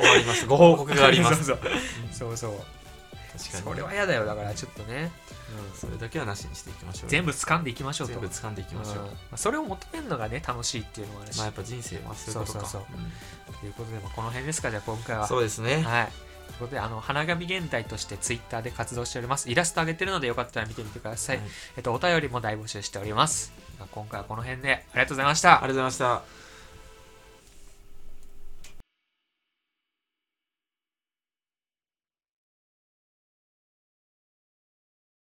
[SPEAKER 2] わりますご報告がありま す
[SPEAKER 1] そうそうそうそう
[SPEAKER 2] 確か
[SPEAKER 1] そ
[SPEAKER 2] に
[SPEAKER 1] れは嫌だよだからちょっとね、
[SPEAKER 2] それだけはなしにしていきましょう
[SPEAKER 1] 全部掴んでいきましょうと
[SPEAKER 2] 全部掴んでいきましょう
[SPEAKER 1] うんまあそれを求めるのがね楽しいっていうのもあるし、
[SPEAKER 2] まあやっぱ人生はそういうことか
[SPEAKER 1] そうそう
[SPEAKER 2] うん
[SPEAKER 1] ということで、まあ、この辺ですかじゃあ今回は
[SPEAKER 2] そうですね
[SPEAKER 1] はいということであの花紙現代としてツイッターで活動しておりますイラスト上げてるのでよかったら見てみてください、
[SPEAKER 2] はい
[SPEAKER 1] えっと、お便りも大募集しております今回はこの辺でありがとうございました
[SPEAKER 2] ありがとうございました